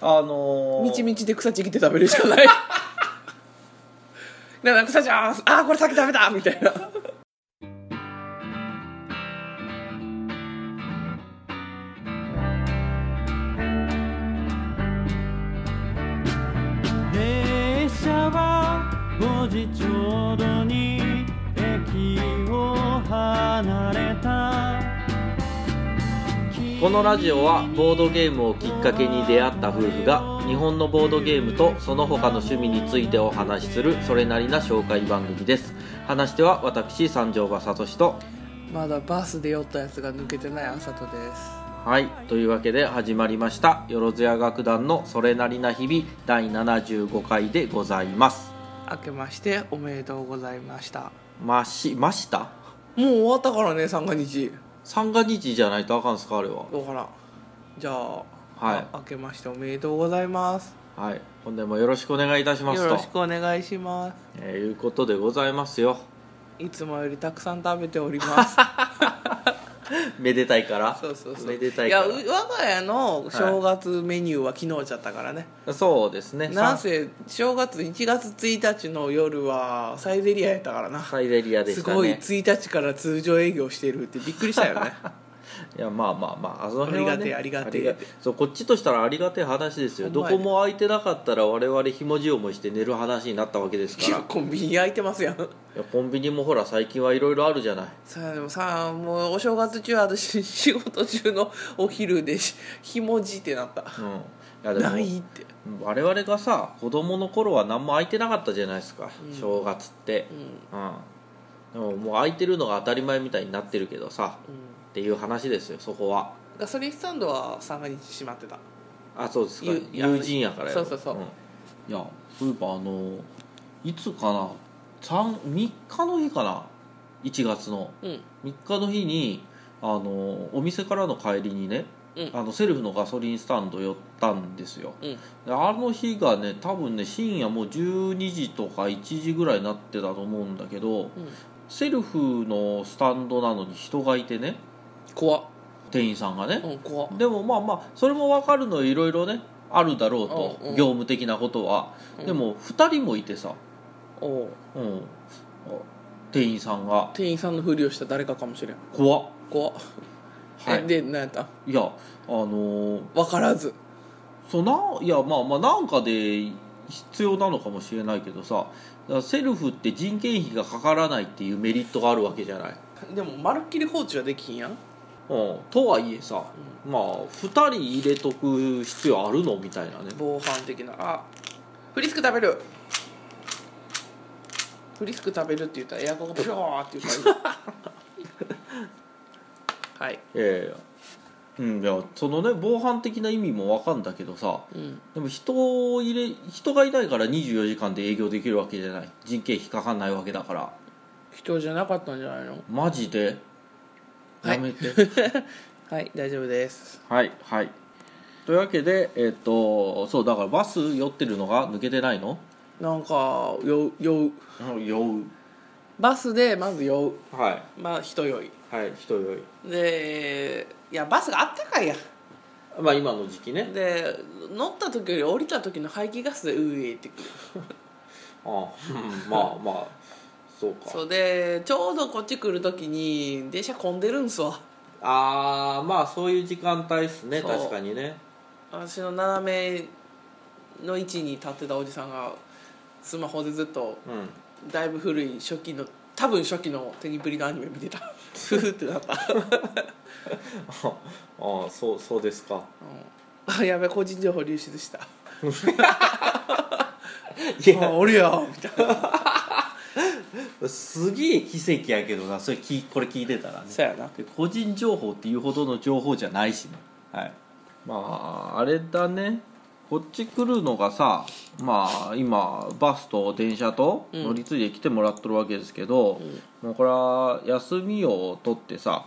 あのみちみちで草ちぎって食べるしかない ななんか草ちゃんあーこれ先食べたみたいな列車は5時ちょうどに駅を離れたこのラジオはボードゲームをきっかけに出会った夫婦が日本のボードゲームとその他の趣味についてお話しするそれなりな紹介番組です話しては私三条馬聡とまだバスで酔ったやつが抜けてないあさとですはいというわけで始まりましたよろずや楽団のそれなりな日々第75回でございます明けましておめでとうございましたましましたもう終わったからね三が日三が日じゃないとあかんすかあれはどうかなじゃあはいあ明けましておめでとうございますはい本年もよろしくお願いいたしよますとろしくお願いしますえーいうことでございますよいつもよりたくさん食べております めでたいからそうそうそうめでたいいかやらう我が家の正月メニューは昨日じゃったからね、そうですねなんせ正月1月1日の夜はサイゼリアやったからな、サイゼリアでしすたごいね1日から通常営業してるってびっくりしたよ ねいやまあまあまああその辺は、ね、ありがてえありがてえあそうこっちとしたらありがてえ話ですよほんどまやこも空いてなかったら我々ひもじをもして寝る話になったわけですかいらやコンビニ開いてますやいんやコンビニもほら最近はいろいろあるじゃないさあでもさあもうお正月中私仕事中のお昼でしひもじってなったうんいやでもないって我々がさ子供の頃は何も空いてなかったじゃないですか、正月ってうん、でももう空いてるのが当たり前みたいになってるけどさ、っていう話ですよそこはガソリンスタンドは三が日閉まってたあそうですかゆ友人やからやろそうそうそうんいやそういえばあのいつかな 3, 3日の日かな1月のうん3日の日にあのお店からの帰りにね、うんあのセルフのガソリンスタンド寄ったんですようんであの日がね多分ね深夜もう12時とか1時ぐらいになってたと思うんだけどうんセルフのスタンドなのに人がいてね怖っ店員さんがね、うん怖っでもまあまあそれも分かるのいろいろねあるだろうと、うんうん業務的なことは、うんでも2人もいてさ、おううん、店員さんが店員さんのふりをした誰かかもしれん怖っ怖っ、ははいで何やったいやあのー分からずそうないやまあまあなんかで必要なのかもしれないけどさだからセルフって人件費がかからないっていうメリットがあるわけじゃない、でもまるっきり放置はできひんやんうん、とはいえさ、まあ2人入れとく必要あるのみたいなね防犯的なあフリスク食べるフリスク食べるって言ったらエアコンがピョーっていう感 じはいええうんいやそのね防犯的な意味もわかんだけどさうんでも人を入れ人がいないから24時間で営業できるわけじゃない人件費かかんないわけだから人じゃなかったんじゃないのマジではいやめて はい大丈夫ですはいはいというわけでえっとそうだからバス酔ってるのが抜けてないのなんか酔う酔う酔うバスでまず酔うはまあ人酔いいはい人酔いでいやバスがあったかいやまあ今の時期ねで乗った時より降りた時の排気ガスでうえってくるああうんまあまあそうかそうでちょうどこっち来る時に電車混んでるんすわああまあそういう時間帯っすねそう確かにね私の斜めの位置に立ってたおじさんがスマホでずっと うんだいぶ古い初期の多分初期のテニプリのアニメ見てたふふってなった、ああそうそうですかうん、あやべ個人情報流出 したいあや俺やみたいなすげえ奇跡やけどなそれきこれ聞いてたらねそうやなで個人情報っていうほどの情報じゃないしねはいまああれだねこっち来るのがさまあ今バスと電車とうん乗り継いで来てもらってるわけですけど、もうこれは休みを取ってさ、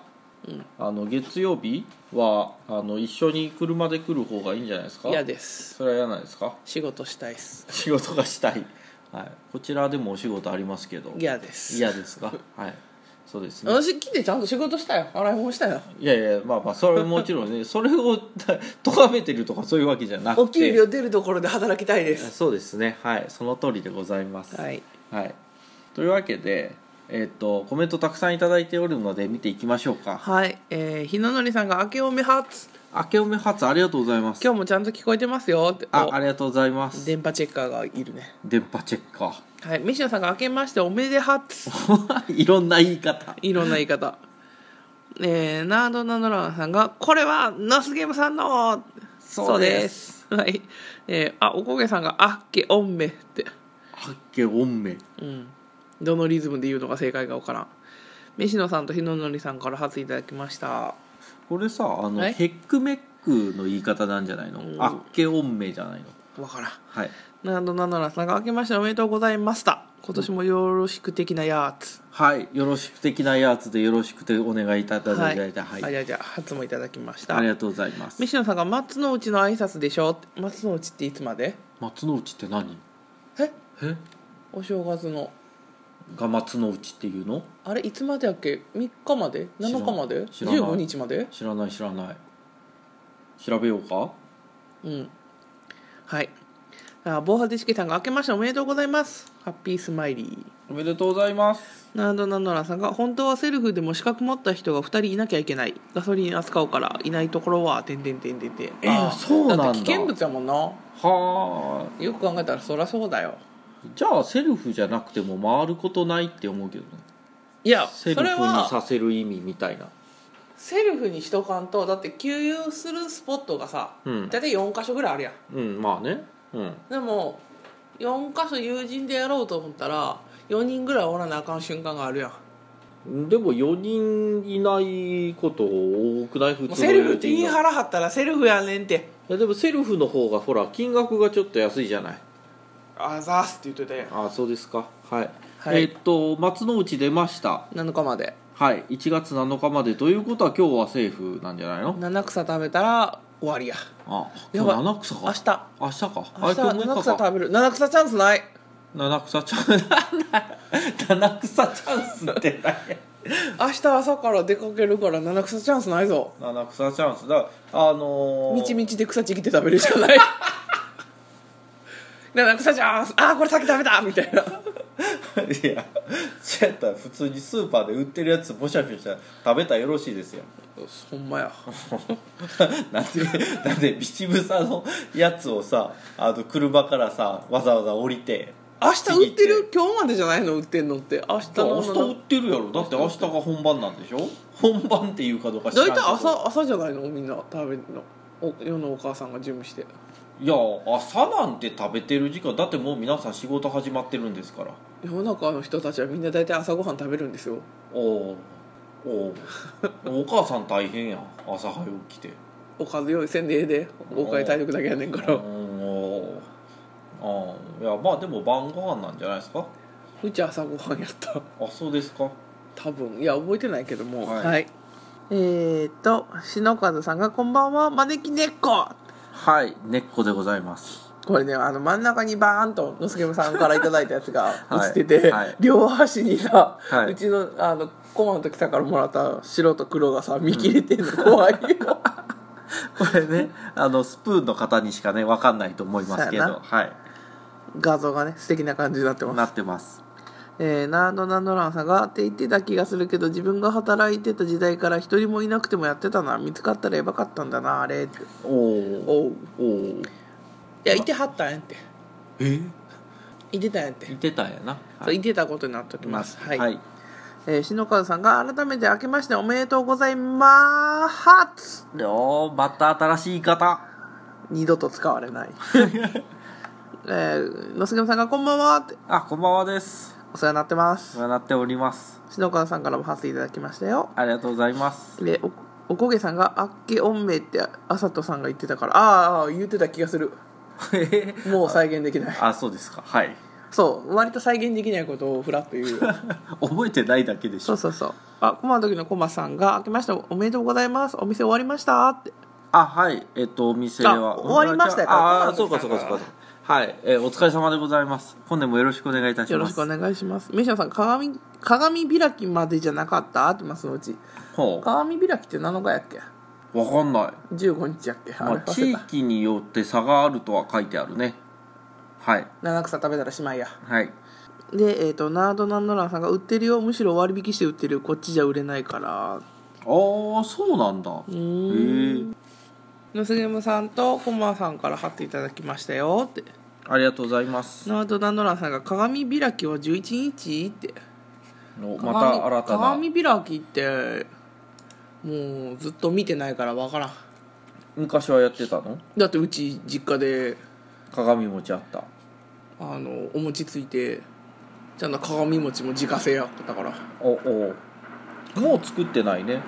うんあの月曜日はあの一緒に車で来る方がいいんじゃないですか嫌ですそれは嫌なんですか仕事したいっす仕事がしたい、はい、こちらでもお仕事ありますけど嫌です嫌ですかはいそうですね私来てちゃんと仕事したよ洗い物したよいやいやまあまあそれはもちろ んねそれをとがめてるとかそういうわけじゃなくてお給料出るところで働きたいですそうですねはいその通りでございますはいはい、というわけで、えっとコメントたくさん頂いただいておるので見ていきましょうかはい、えー、ひなのりさんが明けおめ発明けおめ初ありがとうございます今日もちゃんと聞こえてますよってあおありがとうございます電波チェッカーがいるね電波チェッカはい西野さんが明けましておめで発ー いろんな言い方いろんな言い方えー、ナードナドランさんが「これはナスゲームさんの!」そうですはいえー、あおこげさんが「あっけおんめ」ってはっけおんめうんどのリズムで言うのが正解か分からん西野さんと日野のりさんから初いただきましたこれさあのはいヘックメックの言い方なんじゃないのうんあっけおんめじゃないの分からんはいナードナドランさんが「明けましておめでとうございました今年もよろしく的なやつ」はいよろしく的なやつでよろしくてお願いいただいただいてはい、あじゃあじゃあ初もいただきましたありがとうございます西野さんが松の内の挨拶でしょ松の内っていつまで松の内って何ええお正月のが松の内っていうのあれいつまでやっけ3日まで知らん7日まで知らない15日まで知らない知らない調べようかうんはいあ防波堤しけさんが「明けましておめでとうございますハッピースマイリーおめでとうございます」ナードナノラさんが「本当はセルフでも資格持った人が2人いなきゃいけないガソリン扱うからいないところは」てんてんてんてんてんえーあーそうなんだって危険物やもんなはあよく考えたらそりゃそうだよじゃあセルフじゃなくても回ることないって思うけどねいやそセれルフにはさせる意味みたいなセルフにしとかんとだって給油するスポットがさ、うん大体4箇所ぐらいあるやんうんまあねうんでも4箇所友人でやろうと思ったら4人ぐらいおらなあかん瞬間があるやんでも4人いないこと多くない普通もうのセルフって言い4人は払はったらセルフやねんっていやでもセルフの方がほら金額がちょっと安いじゃないあざーすって言ってたやんああそうですかはい、はいえーっと松の内出ました7日まではい1月7日までということは今日はセーフなんじゃないの七草食べたら終わりやあや今ば日い七草か明日明日か明日あ今日七六草か食べる七草チャンスない七草チャンス七草チャンスって何や明日朝から出かけるから七草チャンスないぞ七草チャンスだあのみー、ちみちで草ちぎって食べるしかない 七草チャンスあーこれ先食べたみたいないやそうやったら普通にスーパーで売ってるやつボシャボシャ食べたらよろしいですよ ほんまやなんでなんでビチブサのやつをさあの車からさわざわざ降りて明日売ってる今日までじゃないの売ってんのって明日の明日売ってるやろだって明日が本番なんでしょ本番っていうかどうか知ら大んけ体ど朝朝じゃないのみんな食べるのお世のお母さんが準備していや朝なんて食べてる時間だってもう皆さん仕事始まってるんですから世の中の人たちはみんな大体朝ごはん食べるんですよおー おーお母さん大変やん朝早起きておかず用意せんでええでおかえ体力だけやねんかうらんおーあーいやまあでも晩ご飯なんじゃないですかうち朝ごはんやったあそうですか多分いや覚えてないけどもは、はいいえー、っと篠和さんが「こんばんは招き猫」はい根っこでございますこれねあの真ん中にバーンとのすけむさんからいただいたやつがはい映ってて、はい両端にさ、はいうちのあのコマの時さからもらった白と黒がさ見切れて んの怖いよこれねあのスプーンの方にしかね分かんないと思いますけそうやなどはい画像がね素敵な感じになってますなってますえー、ナードナノランさんがって言ってた気がするけど自分が働いてた時代から一人もいなくてもやってたな見つかったらやばかったんだなあれっておおおうおおいやいてはったんやってえいてたんやっていてたんやなそういてたことになっときますはい、はいえー、篠川さんが改めて明けましておめでとうございまーすおーまた新しい方二度と使われ ない。えー、のすげむさんがこんばんはってあこんばんはですお世話になっておま世す。話になっております篠川さんからも発生いただきましたよ。ありがとうございます で、おおこげさんがあっけおんめってあさとさんが言ってたから、あーあー、言ってた気がする。もう再現できない。あそうですかはい そう、割と再現できないことをふらっと言う。覚えてないだけでしそうょそうそう。あ、コマの時のコマさんが、明けましておめでとうございます。お店終わりましたって。あはいえっとお店あは終わりましたよああこそうこまかでそうかそうかはい、えーお疲れ様でございます本年もよろしくお願いいたしますよろしくお願いしますメシャさん鏡鏡開きまでじゃなかったってますのうちほ鏡開きって7日やっけうわかんない15日やっけあまれあ、地忘れた域によって差があるとは書いてあるねはい七草食べたらしまいやはいでえっ、とナードナンドランさんが売ってるよむしろ割引して売ってるこっちじゃ売れないからああそうなんだへえのすげむさんとコマさんから貼っていただきましたよってありがとうございますナードナンドランさんが鏡開きは11日っておまた新たな鏡鏡開きってもうずっと見てないからわからん昔はやってたのだってうち実家で鏡餅あったあのお餅ついてちゃんと鏡餅も自家製やってたからおおもう作ってないね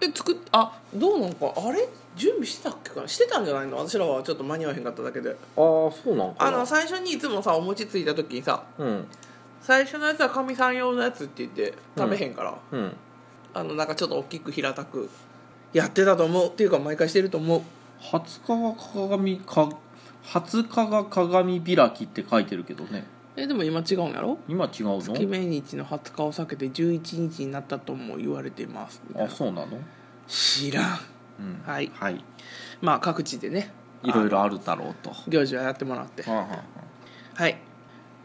え作っあどうなんかあれ準備してたっけかなしてたんじゃないの私らはちょっと間に合わへんかっただけでああそうなんかあなの最初にいつもさお餅ついた時にさうん最初のやつはかみさん用のやつって言って食べへんから、うんあのなんかちょっと大きく平たくやってたと思うっていうか毎回してると思う20日が鏡か20日が鏡開きって書いてるけどねえでも今違うんやろ今違う月の命日の20日を避けて11日になったとも言われていますみたいあなそうなの知らんうんはいはいまあ各地でねいろいろあるだろうと行事はやってもらってはあはあははい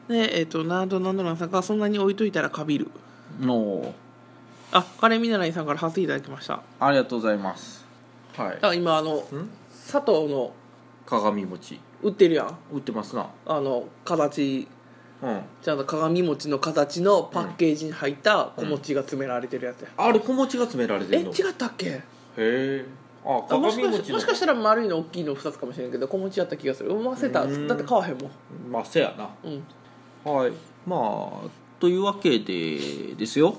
でえっ、とナードナンドランさんがそんなに置いといたらかびるあのあカレーミナライさんから貼っていただきましたありがとうございますはいあ今あのん佐藤の鏡餅売ってるやん売ってますなあの形うんちゃんと鏡餅の形のパッケージに入った小餅が詰められてるやつや、あれ小餅が詰められてえる違のったっけへえああもし鏡か餅しのもしかしたら丸いの大きいの2つかもしれんけど小餅やった気がする思わせたうんだって買わへんもんまあせやなうんはいまあというわけでですよ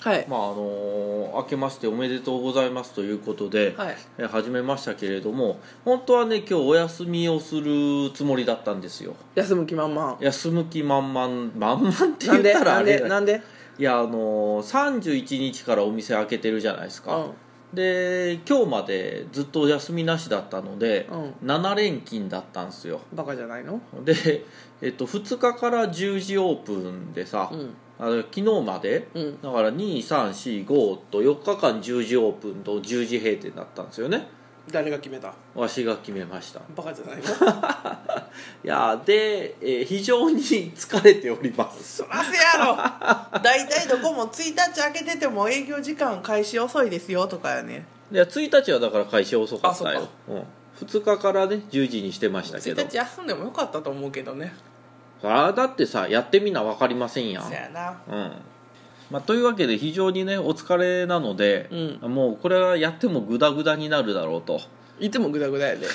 はい、まああの明けましておめでとうございますということで、はいえ始めましたけれども本当はね今日お休みをするつもりだったんですよ休む気満々休む気満々満々ってな言んっでたらなあんれでだなんでいやあの31日からお店開けてるじゃないですうか、んで今日までずっとお休みなしだったので、う7連勤だったんですよバカじゃないので、えっと、2日から10時オープンでさ、うんあの昨日まで、うんだから2345と4日間10時オープンと10時閉店だったんですよね誰が決めたわしが決めましたバカじゃ ないのいやーで、えー非常に疲れておりますそらせやろ大体どこも1日開けてても営業時間開始遅いですよとかやねいや1日はだから開始遅かったあそよっか、うん、2日からね10時にしてましたけど1日休んでもよかったと思うけどねあーだってさやってみな分かりませんやんそやなうんまあ、というわけで非常にねお疲れなので、うもうこれはやってもグダグダになるだろうといつもグダグダ やで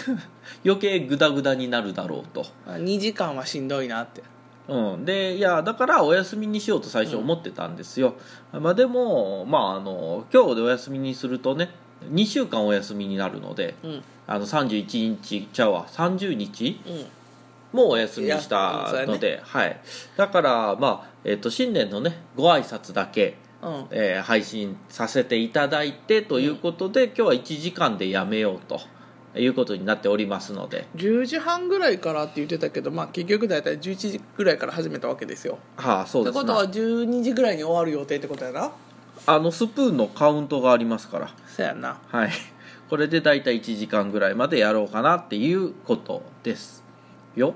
余計グダグダになるだろうと、あ2時間はしんどいなってうん、でいやだからお休みにしようと最初思ってたんですよ、まあ、でも、まあ、あの今日でお休みにするとね2週間お休みになるのでうんあの31日ちゃうわ30日うんもお休みしたので、はい、だから、まあえっと新年のねご挨拶だけうんえー配信させていただいてということで、今日は1時間でやめようということになっておりますので10時半ぐらいからって言ってたけど、まあ、結局大体11時ぐらいから始めたわけですよはあそうってですことなは12時ぐらいに終わる予定ってことやなあのスプーンのカウントがありますからそやなはいこれで大体1時間ぐらいまでやろうかなっていうことですよ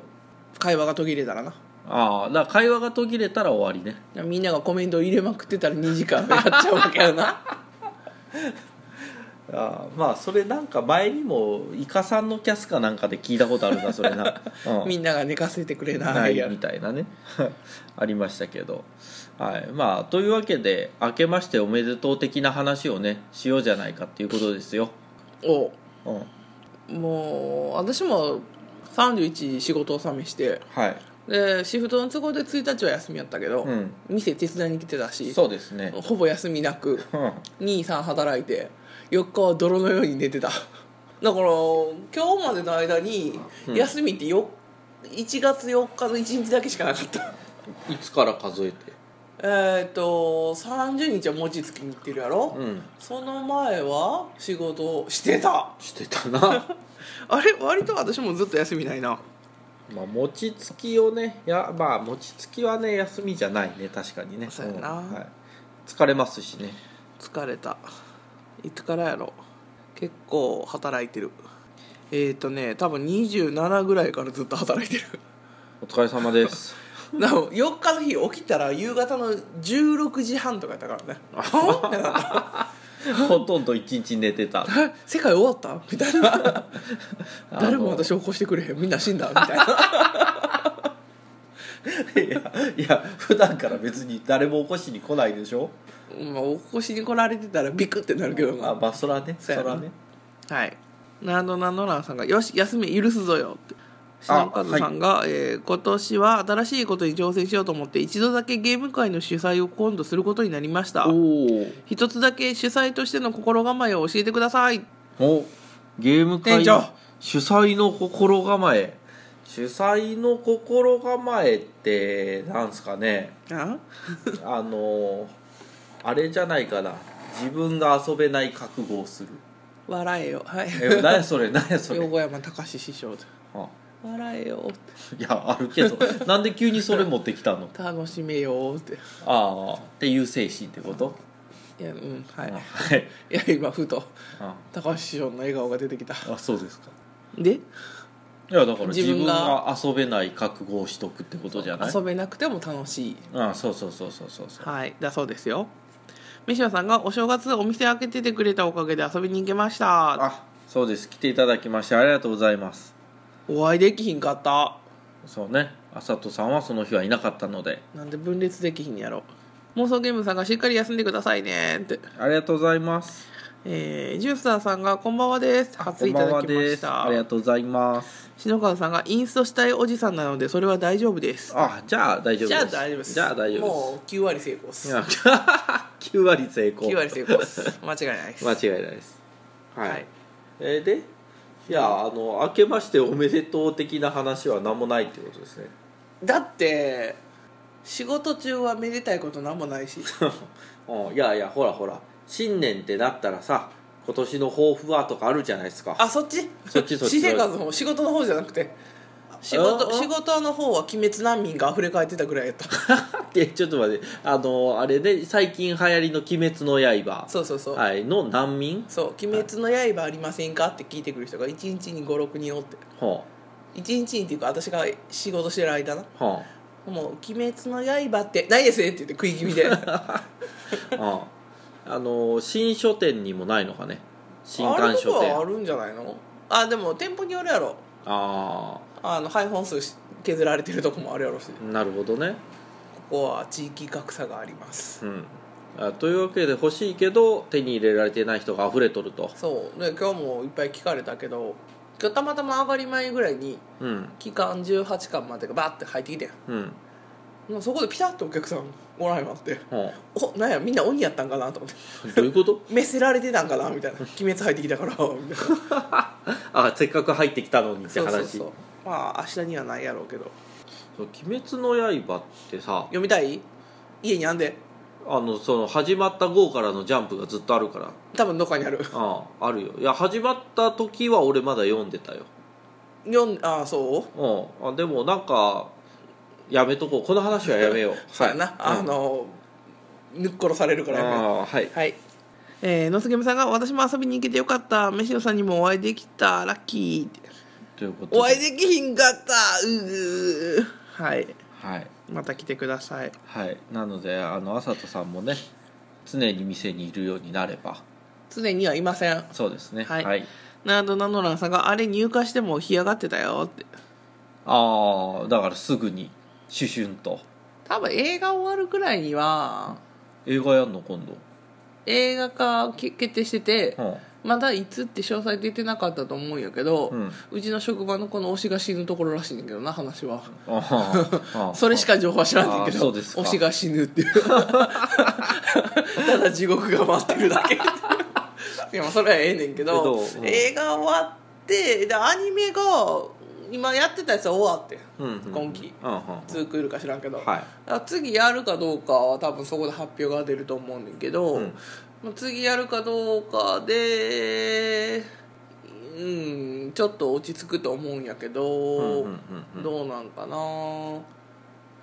会話が途切れたらなああだから会話が途切れたら終わりねみんながコメントを入れまくってたら2時間やっちゃうわけやな あまあそれなんか前にもイカさんのキャスかなんかで聞いたことあるなそれ な、うんみんなが寝かせてくれなないいやみたいなね ありましたけど、はいまあ、というわけで明けましておめでとう的な話をねしようじゃないかっていうことですよ、おうん、もう私も31仕事納めしてはい、でシフトの都合で1日は休みやったけど、うん店手伝いに来てたしそうですね、ほぼ休みなくうん、 23働いて4日は泥のように寝てただから今日までの間にうん休みってよ、1月4日の1日だけしかなかったいつから数えてえーっと30日は餅つきに行ってるやろ、うんその前は仕事をしてたしてたなあれ割と私もずっと休みないな まあ餅つきをねいやまあ餅つきはね休みじゃないね確かにねそうやなんはい、疲れますしね疲れたいつからやろ結構働いてるえっ、ー、とね多分27ぐらいからずっと働いてお疲れ様です る なお4日の日起きたら夕方の16時半とかやったからねはんってなったほとんど一日寝てたえ世界終わったみたい な誰も私を起こしてくれへんみんな死んだみたいな いや いや普段から別に誰も起こしに来ないでしょまあ起こしに来られてたらビクってなるけどあなまあそらねそそうやならねはいナンドナノランさんが「よし休み許すぞよ」ってあ品和さんが、えー今年は新しいことに挑戦しようと思って一度だけゲーム会の主催を今度することになりましたお一つだけ主催としての心構えを教えてくださいおゲーム会店長主催の心構え主催の心構えってなんすか ねああのあれじゃないかな自分が遊べない覚悟をする笑えよはい え何やそれ何やそれ横山隆師匠であ笑えよいやある けどなんで急にそれ持ってきたの楽しめよってああっていう精神ってこといやうんはいはいいや今ふとあ高橋師匠の笑顔が出てきたあそうですかでいやだから自自分分がが遊べない覚悟をしとくってことじゃない遊べなくても楽しいああそうそうそうそうそうそうはいだそうですよミシオさんがお正月お店開けててくれたおかげで遊びに行けましたあそうです来ていただきましてありがとうございますお会いできひんかったそうねあさとさんはその日はいなかったのでなんで分裂できひんやろ妄想ゲームさんがしっかり休んでくださいねってありがとうございますえー、ジュースターさんがこんばんはです初いただきましありがたとうございます篠川さんがインストしたいおじさんなのでそれは大丈夫ですあじゃあ大丈夫ですじゃあ大丈夫ですじゃあ大丈夫もう9割成功でですすいや 9割成功9割成功 です間違いないです間違いないですはい、はいえーでいやあの明けましておめでとう的な話は何もないってことですねだって仕事中はめでたいことなんもないし うんいやいやほらほら新年ってなったらさ今年の抱負はとかあるじゃないですかあそっちそっちそっち私生活の方仕事の方じゃなくて仕事あ仕事の方は「鬼滅難民」が溢れ返ってたぐらいやったでちょっと待ってあのあれで最近流行りの「鬼滅の刃」そうそうそう、はい、の難民そう「鬼滅の刃ありませんか?」って聞いてくる人が1日に56人おっては1日にっていうか私が仕事してる間なあは「もう鬼滅の刃ってないですね」って言って食い気味であ ああああの新書店にもないのかね 新れ刊と書か店あるんじゃないのあでも店舗によるやろああの配本数削られてるとこもあるやろしあなるほどねここは地域格差がありますうんあというわけで欲しいけど手に入れられてない人が溢れとるとそうで今日もいっぱい聞かれたけど今日たまたま上がり前ぐらいにうん期間18巻までがバッて入ってきてうんんもうそこでピタッとお客さんおらへんわってはおなんやみんな鬼やったんかなと思ってあどういうこと 召せられてたんかなみたいな「鬼滅入ってきたから」みたいなあせっかく入ってきたのにってそう話そうそうまあ明日にはないやろうけどそう鬼滅の刃」ってさ読みたい家にあんであのその始まった号からのジャンプがずっとあるから多分どっかにあるあああるよいや始まった時は俺まだ読んでたよ読んああそううんあでもなんかやめとこうこの話はやめよう そうやな、はい、あのぬっ殺されるうかんらやめようああはいはい。えー、野杉さんが私も遊びに行けてよかった。飯野さんにもお会いできた。ラッキー。ということでお会いできひんかった。うーはい。はいまた来てください。はい、なのであの朝とさんもね常に店にいるようになれば常にはいません。そうですねはいはい、などなのらんさんがあれ入荷しても干上がってたよって。ああだからすぐにシュシュンと多分映画終わるくらいには、映画やんの今度、映画化決決定してて、うまだいつって詳細出てなかったと思うんやけど、ううんちの職場のこの推しが死ぬところらしいんだけどな話は。ん、あー あーそれしか情報は知らないんだけあーそどうですか推しが死ぬっていう ただ地獄が待ってるだけ いやまあそれはええねんけどけどうん映画終わってでアニメが今やってたやつは終わって、うんうん今期うんうん続くいるか知らんけど、はいだから次やるかどうかは多分そこで発表が出ると思うねんだけど、うんまあ次やるかどうかでうんちょっと落ち着くと思うんやけど、うんうんうんうんどうなんかな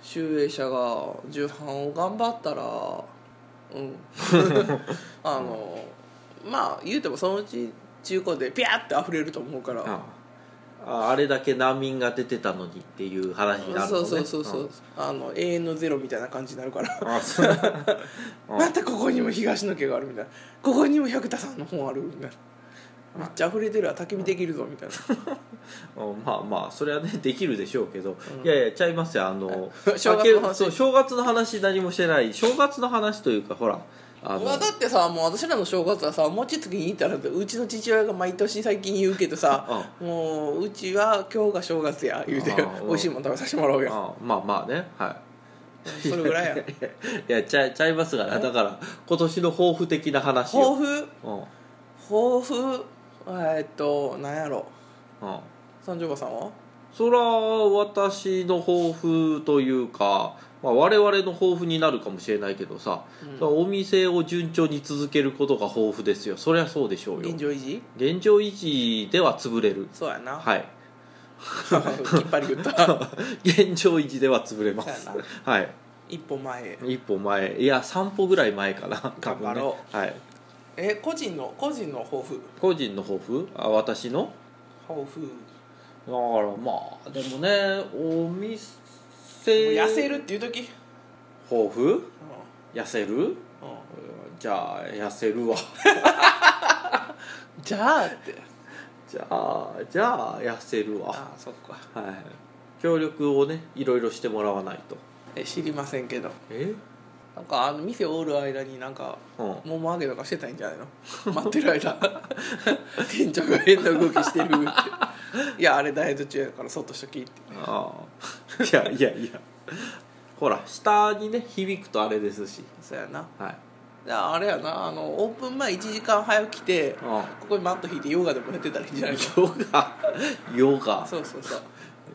集英社が重版を頑張ったらうん あのまあ言うてもそのうち中古でピャーって溢れると思うから、あああれだけ難民が出てたのにっていう話になるのそうねそうそうそう、あの永遠のゼロみたいな感じになるからんあそうまたここにも東野家があるみたいなここにも百田さんの本あるみたいなめっちゃ溢れてるわ焚き火できるぞみたいなうんまあまあそれはねできるでしょうけど、いやいやちゃいますよあの正月の話明けそう正月の話何もしてない正月の話というかほらあのまあだってさもう私らの正月はさ餅つきに行ったらうちの父親が毎年最近言うけどさもううちは今日が正月や言うてああ美味しいもん食べさせてもらおうよあまあまあねはそれぐ らいやいいやちゃいちゃいますがねだから今年の抱負的な話抱を負うん抱負えーっとなんやろうん三条おばさんはそら私の抱負というか、まあ、我々の抱負になるかもしれないけどさ、うんそらお店を順調に続けることが抱負ですよそりゃそうでしょうよ現状維持現状維持では潰れるそうやな、 はいきっぱり言った現状維持では潰れますそうやはい一歩前へ一歩前いや三歩ぐらい前かな多分頑張ねろはいえ個人の個人の抱負個人の抱負あ私の抱負だからまあでもねお店もう痩せるっていう時、抱負う痩せるんうんじゃあ痩せるわじゃあってじゃあじゃあ痩せるわあそっかはい協力をねいろいろしてもらわないとえ知りませんけどえなんかあの店おる間になんかうんもも上げとかしてたんじゃないの待ってる間 店長が変な動きしてるっていやあれダイエット中やからそっとしときってあ あいやいやいやほら下にね響くとあれですしそうやなはいじゃああれやなあのオープン前1時間早く来てこあこにマット引いてヨガでもやってたらいいんじゃないのヨガヨガそうそうそう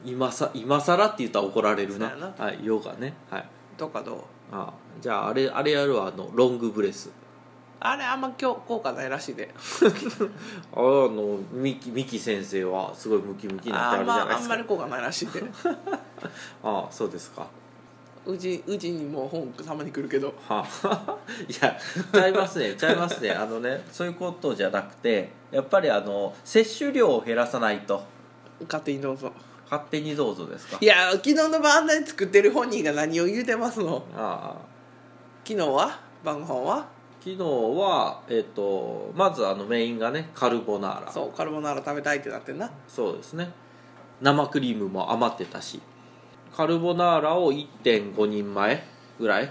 今さ今さらって言ったら怒られるなそうやはい、ヨガねはいとかどうああじゃああれあれやるわあのロングブレスあれあんま今日効果ないらしいであのミキミキ先生はすごいムキムキになってああるんじゃないまあでんすまかり効果ないらしいでああそうですかうちうちにも本たまに来るけどはあ いやちゃいますねちゃいますねあのねそういうことじゃなくてやっぱりあの摂取量を減らさないと勝手にどうぞ勝手にどうぞですかいや昨日の晩案内作ってる本人が何を言うてますのああ昨日は晩ご飯は昨日は、えっとまずあのメインがねカルボナーラそうカルボナーラ食べたいってなってんなそうですね生クリームも余ってたしカルボナーラを1.5人前ぐらい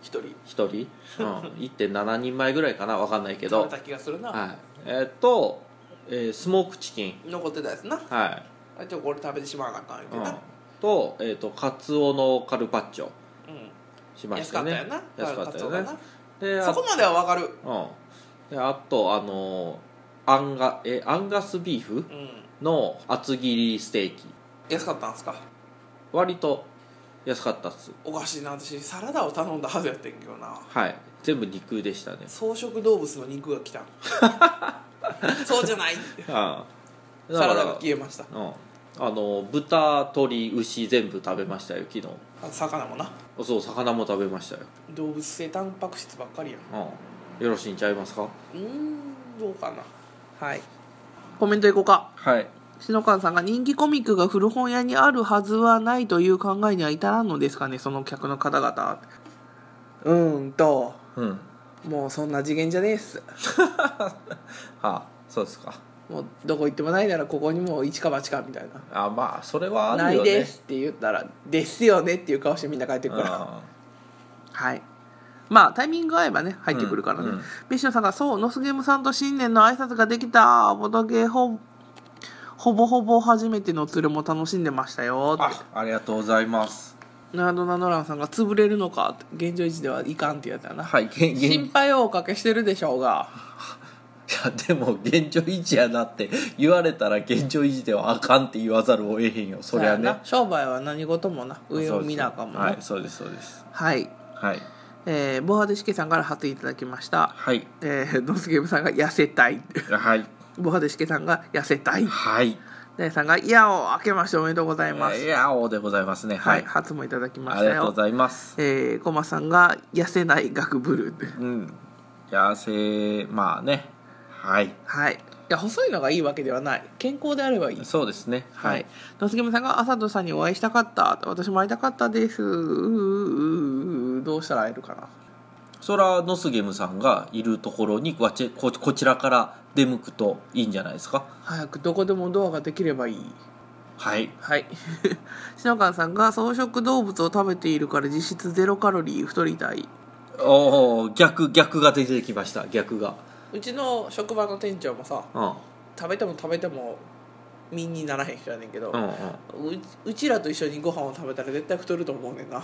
一人1人、うん、1.7人前ぐらいかな分かんないけ食べど、た気がするな、はい、えっと、えースモークチキン残ってたやつなはいあちょこれ食べてしまわなあかん言うてな、と,、えー、とカツオのカルパッチョしうんまし安たかったねよな安かったよカねツオがでなあそこまではわかるうん、であとあのアンガえアンガスビーフうんの厚切りステーキ安かったんすか割と安かったっすおかしいな私サラダを頼んだはずやってんけどなはい全部肉でしたね草食動物の肉が来 たそうじゃないってああサラダが消えましたうんあの豚鶏牛全部食べましたよ昨日あ魚もなそう魚も食べましたよ、動物性タンパク質ばっかりやんうん、よろしいんちゃいますかうーんどうかなはいコメントいこうかはい篠川さんが人気コミックが古本屋にあるはずはないという考えには至らんのですかねその客の方々うーんとうんもうそんな次元じゃねえっすあそうですかもうどこ行ってもないならここにも一か八かみたいなあまあそれはあなるいよねですって言ったらですよねっていう顔してみんな帰ってくからあはいまあタイミング合えばね入ってくるからね、うんうんビシ野さんが「そうノスゲームさんと新年の挨拶ができたボドゲほほぼほぼ初めてのツルも楽しんでましたよ」ってあありがとうございますナードナノランさんが「潰れるのか」って現状維持ではいかんってやつやな、はい現現心配をおかけしてるでしょうがいやでも現状維持やなって言われたら現状維持ではあかんって言わざるを得へんよそりゃそうやねな商売は何事もな上を見なあかんもなはいそうですそうですはい、はいえー、ボハデシケさんから貼っていただきましたはいえー、ノスゲームさんが「痩せたい」 はいボハデシケさんが痩せたいはいダイさんが「いやお明けましておめでとうございます」いやおでございますねは、はいい、初もいただきまあしりたがとうごよざいますえー、コマさんが「痩せない学ブルー」ってうん痩せまあねはいはいいや細いのがいいわけではない健康であればいいそうですねは。はいのすけむさんが、あさとさんにお会いしたかった。私も会いたかったです。うううどうしたら会えるかな。そらノスゲムさんがいるところにわちここちらから出向くといいんじゃないですか早くどこでもドアができればいい。はいはい。 しのかんさんが、草食動物を食べているから実質ゼロカロリー太りたい。おお逆逆が出てきました逆がうちの職場の店長もさ、うん 食べても食べても身にならへん人やねんけど、うんうんううちらと一緒にご飯を食べたら絶対太ると思うねんな。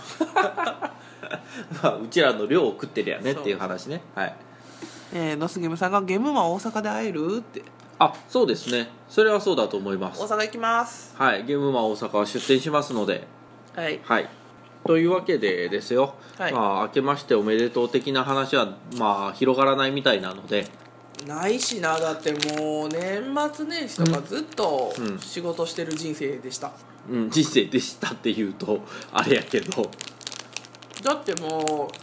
まあうちらの量を食ってりゃねっていう話ねはいえー、のすげむさんが、ゲムマ大阪で会えるって。あそうですねそれはそうだと思いま大す阪行きます。はいゲームマン大阪は出店しますのではい。はいというわけでですよ、はいまあ明けましておめでとう的な話はまあ広がらないみたいなのでないしなだってもう年末年始とかずっとうん仕事してる人生でした、うん人生でしたっていうとあれやけどだってもう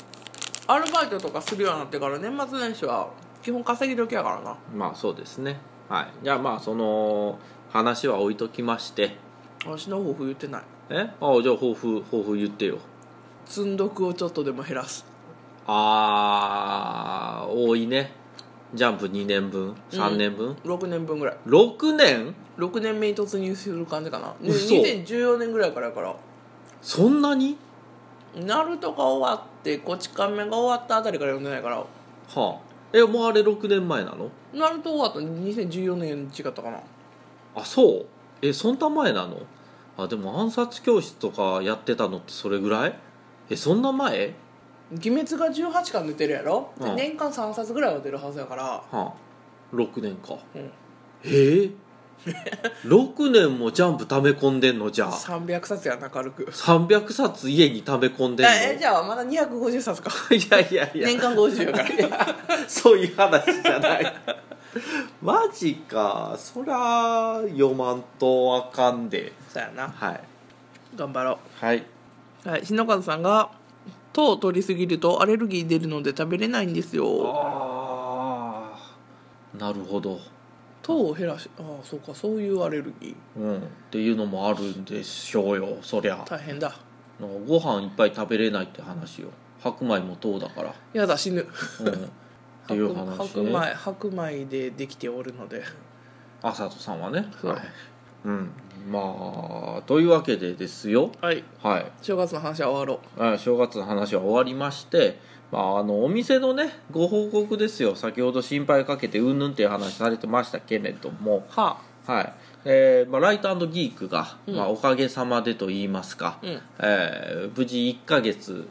アルバイトとかするようになってから年末年始は基本稼ぎ時やからなまあそうですねはいじゃあまあその話は置いときまして私の抱負言ってないえあじゃあ抱負抱負言ってよ積んどくをちょっとでも減らすあー多いねジャンプ2年分3年分、 6年分ぐらい6年6年目に突入する感じかな、ね、嘘2014年ぐらいからやからそんなにナルトが終わってこち亀が終わったあたりから読んでないからはあえもうあれ6年前なのナルト終わったの2014年違ったかなあそうえそんな前なのあでも暗殺教室とかやってたのってそれぐらいえそんな前鬼滅が18巻出てるやろ、でうん年間3冊ぐらいは出るはずやからはあ6年か、うんへえ 6年もジャンプ溜め込んでんのじゃあ300冊やな軽く300冊家に溜め込んでんのえじゃあまだ250冊か いやいやいや年間50やから そういう話じゃない マジかそりゃ読まんとあかんでそうやなはい頑張ろはい、うはい篠和さんが糖を取りすぎるとアレルギー出るので食べれないんですよああなるほど、糖を減らしああそうかそういうアレルギーうん、っていうのもあるんでしょうよそりゃ大変だご飯いっぱい食べれないって話よ白米も糖だから、やだ死ぬうん、っていう白話白米ね白米でできておるので朝とさんはねそうはい、うんまあというわけでですよはいはい正月の話は終わろうあ正月の話は終わりまして、まあ、あのお店のねご報告ですよ先ほど心配かけてうんぬんっていう話されてましたけれども、ははいえーまあ、ライトギークが、まあ、おかげさまでと言いますか、うんえー無事1ヶ月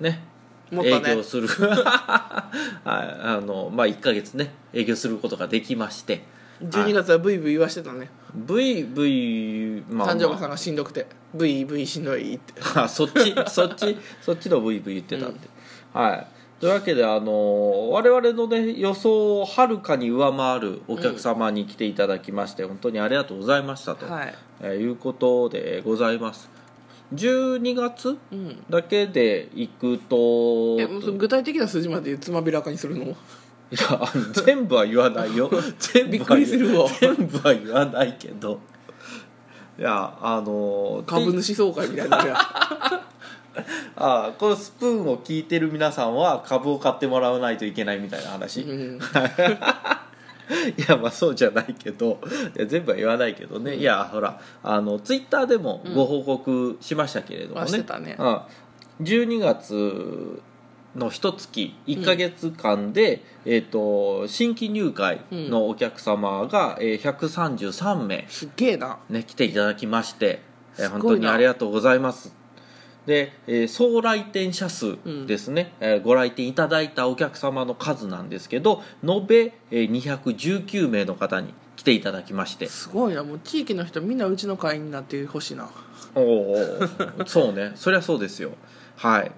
ね持ったね営業 するはいあの、まあ、1ヶ月ね営業することができましてあ12月はブイブイ言わしてたね VV、まあまあ誕生日さんがしんどくて「ブイブイしんどい」ってあそっち そっちそっちの VV 言ってたんで、はいというわけであのー我々のね予想をはるかに上回るお客様に来ていただきまして、本当にありがとうございましたと、はいえーいうことでございます12月うんだけでいくとえもうその具体的な数字までつまびらかにするのいやあの全部は言わない よ全部びっはく言りするわ全部は言わないけどいやあのー株主総会みたいなのやああこのスプーンを聞いてる皆さんは株を買ってもらわないといけないみたいな う話、いんやまあそうじゃないけどいや全部は言わないけどね、いやほらあのツイッターでもご報告しましたけれどもあね,、しうんてたね12月の一月1か月間で、えー、と新規入会のお客様が、えー133名すっげえなね、来ていただきまして、えーすごいな本当にありがとうございますで、えー総来店者数んですね、えーご来店いただいたお客様の数なんですけど延べ、えー219名の方に来ていただきましてすごいなもう地域の人みんなうちの会員になってほしいな おーおーそうねそりゃそうですよはい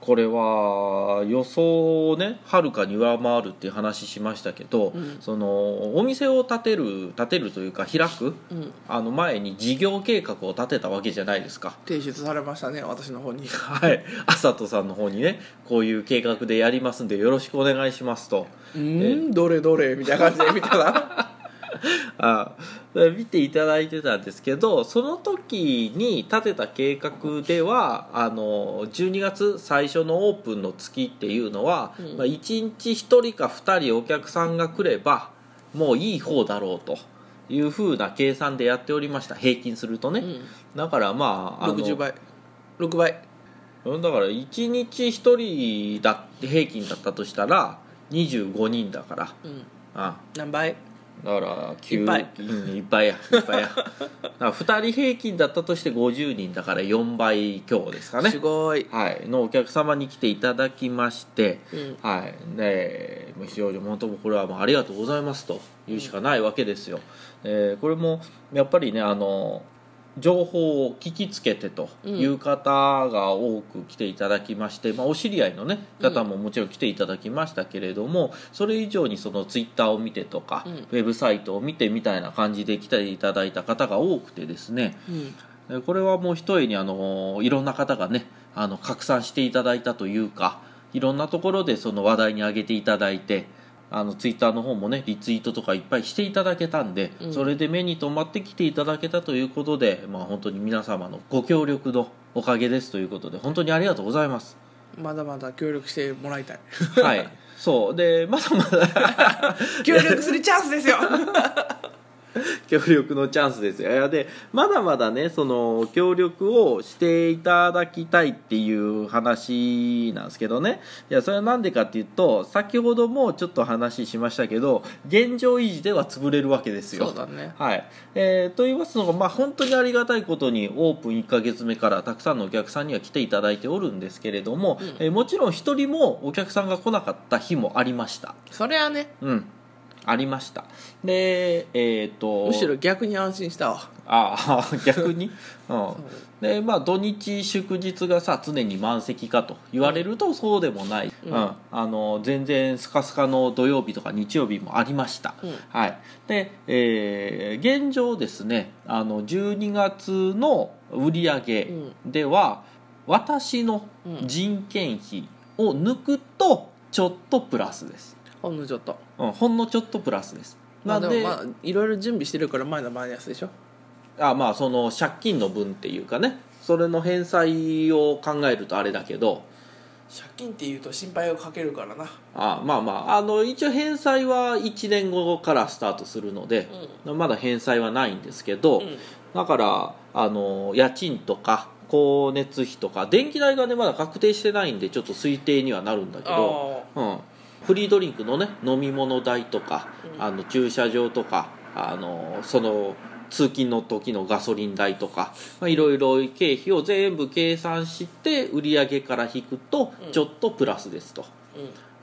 これは予想をねはるかに上回るっていう話しましたけど、うんそのお店を建てる建てるというか開くうん、あの前に事業計画を立てたわけじゃないですか。提出されましたね私の方にはい、あさとさんの方にねこういう計画でやりますんでよろしくお願いしますとうんどれどれみたいな感じで見たらあだから見ていただいてたんですけどその時に立てた計画ではあの12月最初のオープンの月っていうのは、うんまあ、1日1人か2人お客さんが来ればもういい方だろうというふうな計算でやっておりました平均するとね、うんだからまああの60倍6倍うんだから1日1人だって平均だったとしたら25人だからうんあ何倍だから9いっぱいうんいっぱいやいっぱいや だから2人平均だったとして50人だから4倍強ですかねすごい、はいのお客様に来ていただきましてうん、はいでもう非常に本当これはもうありがとうございますと言うしかないわけですよ、えーこれもやっぱりねあの情報を聞きつけてという方が多く来ていただきまして、まあ、お知り合いの、ね、方ももちろん来ていただきましたけれども、それ以上にそのツイッターを見てとか、うんウェブサイトを見てみたいな感じで来ていただいた方が多くてですね、うんえこれはもう一重にあのいろんな方がねあの拡散していただいたというかいろんなところでその話題に上げていただいてあのツイッターの方もねリツイートとかいっぱいしていただけたんで、うんそれで目に留まってきていただけたということで、まあ、本当に皆様のご協力のおかげですということで本当にありがとうございます。まだまだ協力してもらいたい はいそうでまだまだ協力するチャンス ですよ協力のチャンスですよいやでまだまだねその協力をしていただきたいっていう話なんですけどねいやそれはなんでかっていうと先ほどもちょっと話しましたけど現状維持では潰れるわけですよそうだねはいえーと言いますのが、まあ、本当にありがたいことにオープン1ヶ月目からたくさんのお客さんには来ていただいておるんですけれども、うんえーもちろん1人もお客さんが来なかった日もありましたそれはねうんありましたでえっ、とむしろ逆に安心したわああ 逆に、うん、でまあ土日祝日がさ常に満席かと言われるとそうでもない、ううんんあの全然スカスカの土曜日とか日曜日もありました、うんはいで、えー現状ですねあの12月の売り上げでは、私の人件費を抜くとちょっとプラスです、ほんのちょっとうん、ほんのちょっとプラスですまなんあでで、もまあいろいろ準備してるから前のマイナスでしょあまあその借金の分っていうかねそれの返済を考えるとあれだけど借金っていうと心配をかけるからなあまあまああの一応返済は1年後からスタートするので、まだ返済はないんですけど、うんだからあの家賃とか光熱費とか電気代がねまだ確定してないんでちょっと推定にはなるんだけど、あうん、フリードリンクのね飲み物代とか、うんあの駐車場とかあのその通勤の時のガソリン代とかまあいろいろ経費を全部計算して売り上げから引くとうんちょっとプラスですと、あ、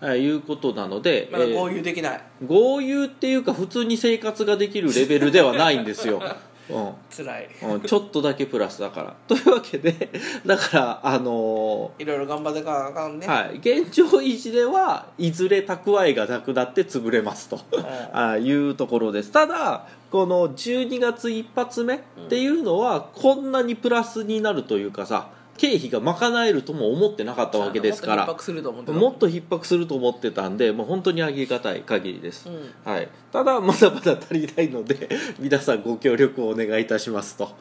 うん、えーいうことなので、まだえー合流できない、豪遊っていうか普通に生活ができるレベルではないんです よ、うん、辛いうんちょっとだけプラスだから。というわけで、だから、あのいろいろ頑張ってかなあかんね、ーはい、現状維持ではいずれ蓄えがなくなって潰れます とあいうところですただこの12月一発目っていうのはこんなにプラスになるというかさ経費が賄えるとも思ってなかったわけですかもっとら逼迫すると思ってたもっと逼迫すると思ってたんでもう本当にありがたい限りです、うんはい、ただまだまだ足りないので 皆さんご協力をお願いいたしますと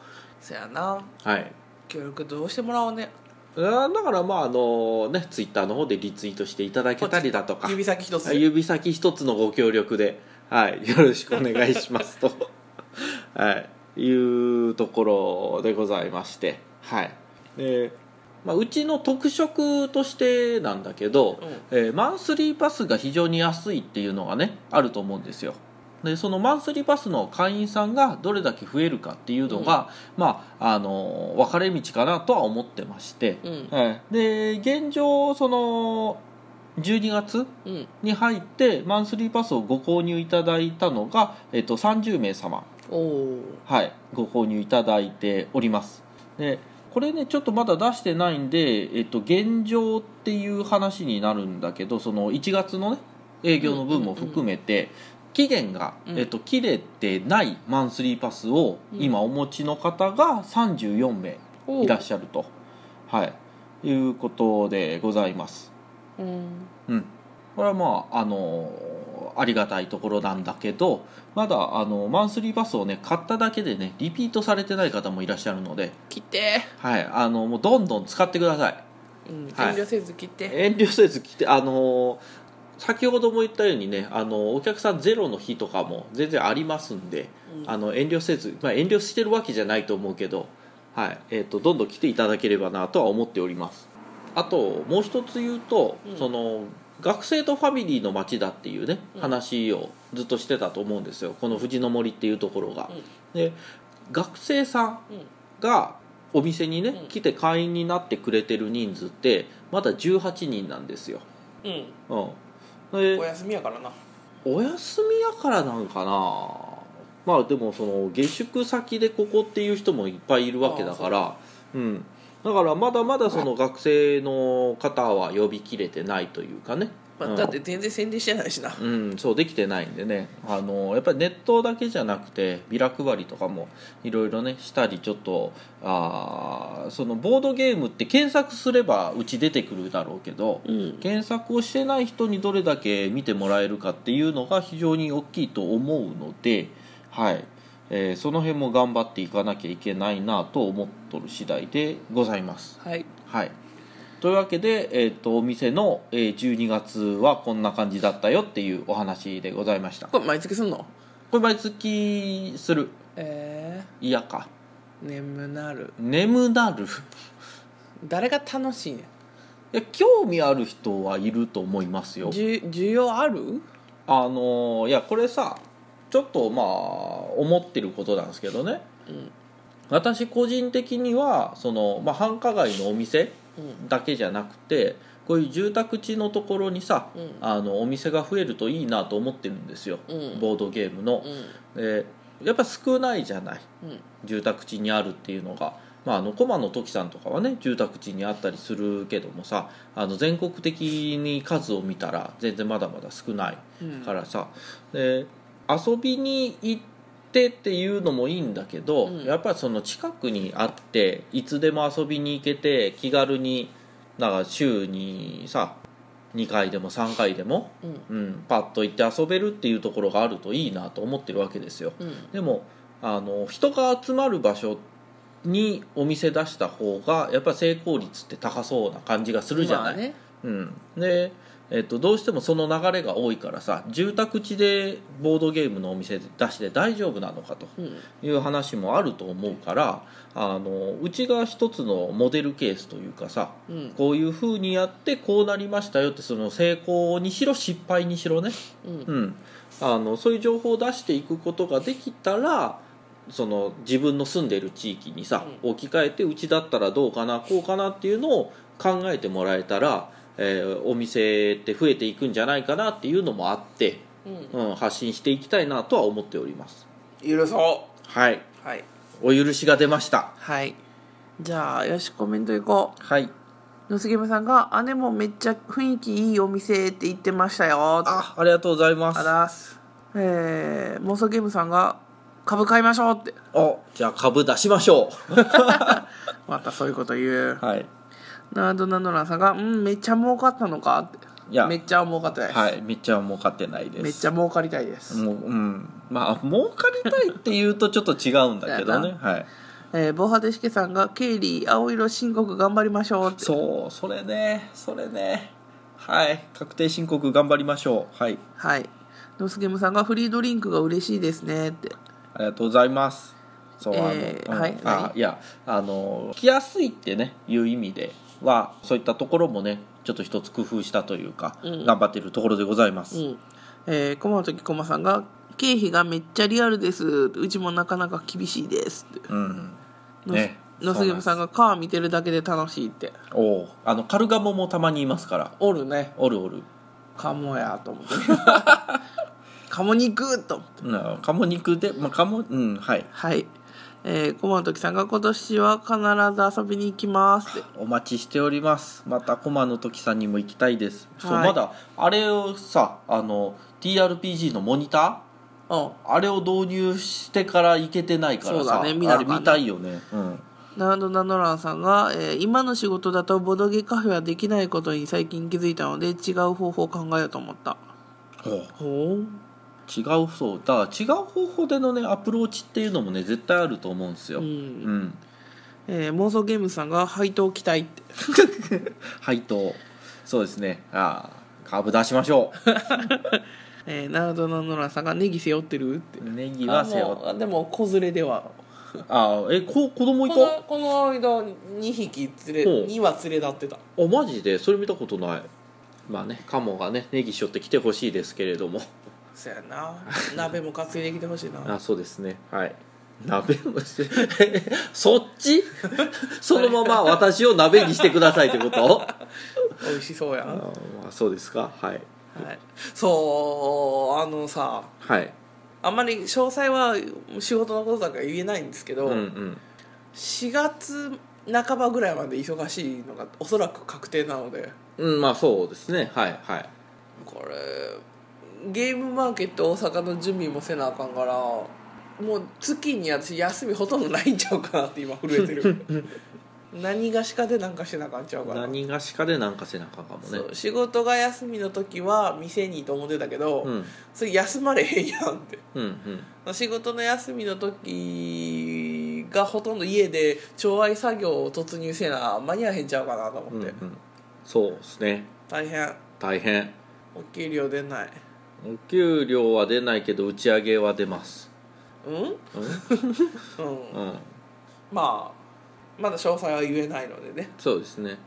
そやなはい協力どうしてもらおうねあーだからまああのねツイッターの方でリツイートしていただけたりだとか指先一つで指先一つのご協力で、はい、よろしくお願いしますと、 はい、いうところでございまして、はいでまあ、うちの特色としてなんだけど、えーマンスリーパスが非常に安いっていうのがねあると思うんですよでそのマンスリーパスの会員さんがどれだけ増えるかっていうのが、まああの分かれ道かなとは思ってまして、うんはいで現状その12月うんに入ってマンスリーパスをご購入いただいたのが、えっと、30名様、おおはい、ご購入いただいておりますでこれねちょっとまだ出してないんで、えっと、現状っていう話になるんだけどその1月のね営業の分も含めて、期限が、うんえっと、切れてないマンスリーパスをうん今お持ちの方が34名いらっしゃると、はい、いうことでございます。うんうん、これはまああのありがたいところなんだけどまだあのマンスリーパスをね買っただけでねリピートされてない方もいらっしゃるので、切って、はい、あのもうどんどん使ってくださいうん、遠はい慮せず切って、遠慮せず来てあの先ほども言ったようにねあのお客さんゼロの日とかも全然ありますんで、うんあの遠慮せず、まあ、遠慮してるわけじゃないと思うけど、はいえー、とどんどん来ていただければなとは思っておりますあともう一つ言うと、うんその学生とファミリーの街だっていうねうん話をずっとしてたと思うんですよこの富士の森っていうところが、で学生さんうんがお店にね、うん来て会員になってくれてる人数ってまだ18人なんですよ、うんうん、でお休みやからなお休みやからなんかなまあでもその下宿先でここっていう人もいっぱいいるわけだからうんだからまだまだその学生の方は呼びきれてないというかね、まあうんだって全然宣伝してないしな、うん、そうできてないんでねあのやっぱりネットだけじゃなくてビラ配りとかもいろいろねしたりちょっとあーそのボードゲームって検索すればうち出てくるだろうけど、うん検索をしてない人にどれだけ見てもらえるかっていうのが非常に大きいと思うので、はいえーその辺も頑張っていかなきゃいけないなと思っとる次第でございます。はいはい、というわけで、えー、とお店の、えー12月はこんな感じだったよっていうお話でございましたここれ毎月すんのれ毎月するえ嫌かー、眠なる眠なるい誰が楽しいねや興味ある人はいると思いますよんじゅ需要あるあのーいやこれさちょっとまあ思ってることなんですけどねうん私個人的にはその、まあ、繁華街のお店うんだけじゃなくてこういう住宅地のところにさ、うんあのお店が増えるといいなと思ってるんですよ、うんボードゲームのう、んでやっぱ少ないじゃないうん住宅地にあるっていうのが、まあ、あの駒野時さんとかはね住宅地にあったりするけどもさあの全国的に数を見たら全然まだまだ少ないうんからさ、で遊びに行ってっていうのもいいんだけど、うんやっぱりその近くにあっていつでも遊びに行けて気軽にだから週にさ2回でも3回でも、うんうん、パッと行って遊べるっていうところがあるといいなと思ってるわけですよ。うんでもあの人が集まる場所にお店出した方がやっぱ成功率って高そうな感じがするじゃない、まあねうん、で、えっと、どうしてもその流れが多いからさ住宅地でボードゲームのお店出して大丈夫なのかとうんいう話もあると思うからあのうちが一つのモデルケースというかさうんこういうふうにやってこうなりましたよってその成功にしろ失敗にしろねうんうん、あのそういう情報を出していくことができたらその自分の住んでる地域にさ、置き換えてうちだったらどうかなこうかなっていうのを考えてもらえたら、えーお店って増えていくんじゃないかなっていうのもあって、うんうん、発信していきたいなとは思っております許そはいうはいお許しが出ましたはいじゃあよしコメントいこうはい野杉山さんが「姉もめっちゃ雰囲気いいお店」って言ってましたよあありがとうございますあらすえー、妄想ゲームさんが「株買いましょう」っておじゃあ株出しましょ うまたそういうこと言うはいナードナノランさんが「うんめっちゃ儲かったのか」っていやめっちゃ儲かってないです、はいめっちゃ儲かってないですめっちゃ儲かりたいです、もううんまあ儲かりたいっていうとちょっと違うんだけど だねよはいえー、防波堤しけさんが「経理青色申告頑張りましょう」ってそうそれねそれねはい確定申告頑張りましょうはいはいノスゲムさんが「フリードリンクが嬉しいですね」ってありがとうございますそうあの、えーうんはいあ何いやあの来やすいってねいう意味ではそういったところもねちょっと一つ工夫したというか、うん頑張ってるところでございます、うんえー、駒の時駒さんが「経費がめっちゃリアルです」うちもなかなか厳しいです」ってうんノス,、ねノスゲムさんが「カー見てるだけで楽しい」っておうあのカルガモもたまにいますからおるねおるおるカモやと思って カモ肉と思ってうん鴨肉で、まあ、鴨うんはいはい、えー、駒の時さんが今年は必ず遊びに行きますってお待ちしておりますまた駒の時さんにも行きたいです、そうはいまだあれをさあの TRPG のモニタうんーあれを導入してから行けてないからさそうだね見なああかれんね見たいよね、うん、ナードナノランさんが、えー今の仕事だとボドゲカフェはできないことに最近気づいたので違う方法を考えようと思ったほうほう違うそうだから違う方法でのねアプローチっていうのもね絶対あると思うんですよ、う、うんん、えー妄想ゲームズさんが配当期待って配当そうですねああ株出しましょえー、ナードナノランさんがネギ背負ってるって うネギは背負っあもうでも子連れではああえこ子供いこたのこの間2匹連ほうれ二羽連れ立ってたあマジでそれ見たことないまあねカモがねネギしょってきてほしいですけれどもそやな鍋も担いできてほしいなあそうですねはい鍋もして そっち そのまま私を鍋にしてくださいってこと美味しそうやん、あはまあそうですかはいい、そうあのさはいあんまり詳細は仕事のことだから言えないんですけうんど、うん4月半ばぐらいまで忙しいのがおそらく確定なのでうんまあそうですねはいはいこれゲームマーケット大阪の準備もせなあかんからもう月に私休みほとんどないんちゃうかなって今震え てる何がしかでなんかしなあかんちゃうかな何がしかでなんか背中かもねそう仕事が休みの時は店にと思ってたけど、うんそれ休まれへんやんってうんうん仕事の休みの時がほとんど家で調愛作業を突入せな間に合わへんちゃうかなとう思んうって、んそうですね大変大変お給料出ないお給料は出ないけど打ち上げは出ます うん、うんう、んまあまだ詳細は言えないのでねそうですね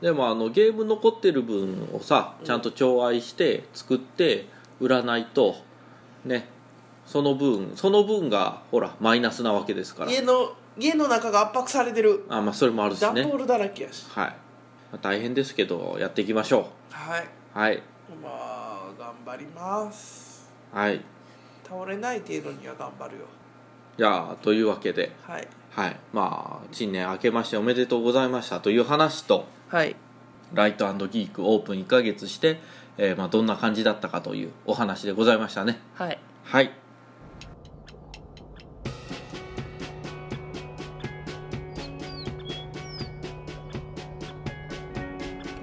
でもあのゲーム残ってる分をさちゃんと調愛して作って売らないとねその分その分がほらマイナスなわけですから家の家の中が圧迫されてるあまあそれもあるし段ボねールだらけやし、はいまあ大変ですけどやっていきましょはいうはいまあ頑張りますはい倒れない程度には頑張るよじゃあというわけではいはいまあ新年明けましておめでとうございましたという話とはいライトギークオープン1ヶ月して、えーまあ、どんな感じだったかというお話でございましたねはいはい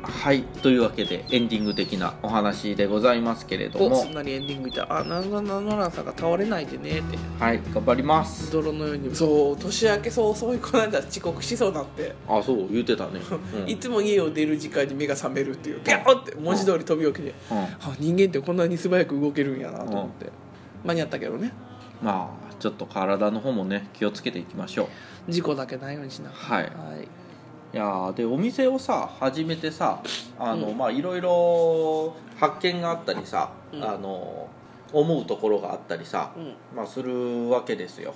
はいというわけでエンディング的なお話でございますけれどおもすんなりエンディングいたあなんだなんだなんさんが倒れないでねってはい頑張ります泥のようにそう年明けそう遅いこの間遅刻しそうになって、あそう言ってた ね、うんいつも家を出る時間に目が覚めるっていうピャーって文字通り飛び起きて、うんあ人間ってこんなに素早く動けるんやなと思って、間に合ったけどねまあちょっと体の方もね気をつけていきましょう事故だけないようにしなはいはいいやーでお店をさ始めてさあの、うんまあいろいろ発見があったりさ、うんあの思うところがあったりさ、うんまあ、するわけですよ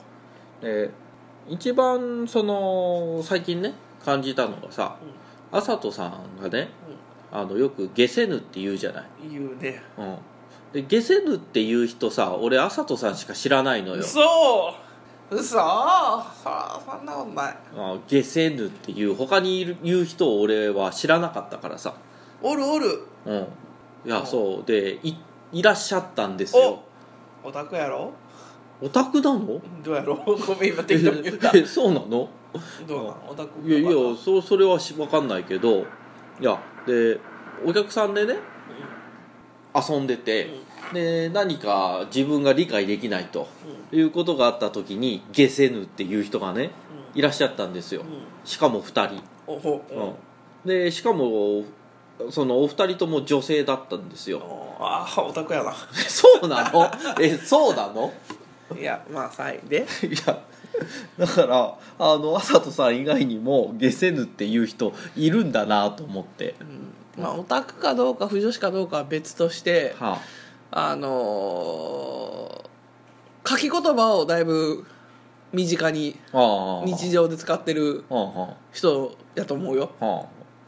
で一番その最近ね感じたのがさあさとさんがねあのよく「ゲセヌ」って言うじゃない、うん言うねうん、でゲセヌっていう人さ俺あさとさんしか知らないのよ嘘嘘そそんなことないあゲセヌっていう他にいる言う人を俺は知らなかったからさおるおるうん、いやうんそうでいいらっしゃったんですよおオタクやろオタクなのどうやろごめん今適当に言った えそうなのどうなのオタクいやいやうんそうそれはし分かんないけどいやでお客さんでね遊んでて、で何か自分が理解できないということがあった時にゲセヌっていう人がねいらっしゃったんですようんうんしかも2人、おほうん、でしかもそのお二人とも女性だったんですよ おああオタクやな そうなのえそうなのいやまあはいでいやだからあのあさとさん以外にもゲセヌっていう人いるんだなと思って、まあオタクかどうか不女子かどうかは別としてはあのー書き言葉をだいぶ身近にあ、ああ日常で使ってるはあは人やと思うよあはあ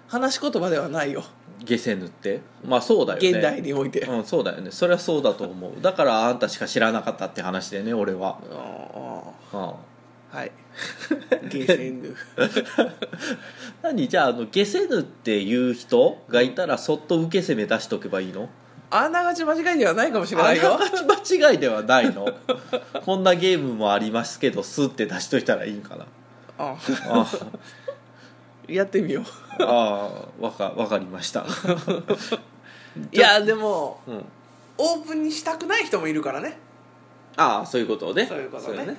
話し言葉ではないよゲセヌってまあそうだよね現代において、うん、そうだよねそれはそうだと思うだからあんたしか知らなかったって話でね俺は、あーは はいゲーセンヌ何じゃああのゲセヌっていう人がいたらそっと受け攻め出しとけばいいのあながち間違いではないかもしれあないなよがち間違いではないの こんなゲームもありますけどスッて出しといたらいいんかなああやってみよあわかわかりましたういやでもうんオープンにしたくない人もいるからねああそういうことねそういうことねそや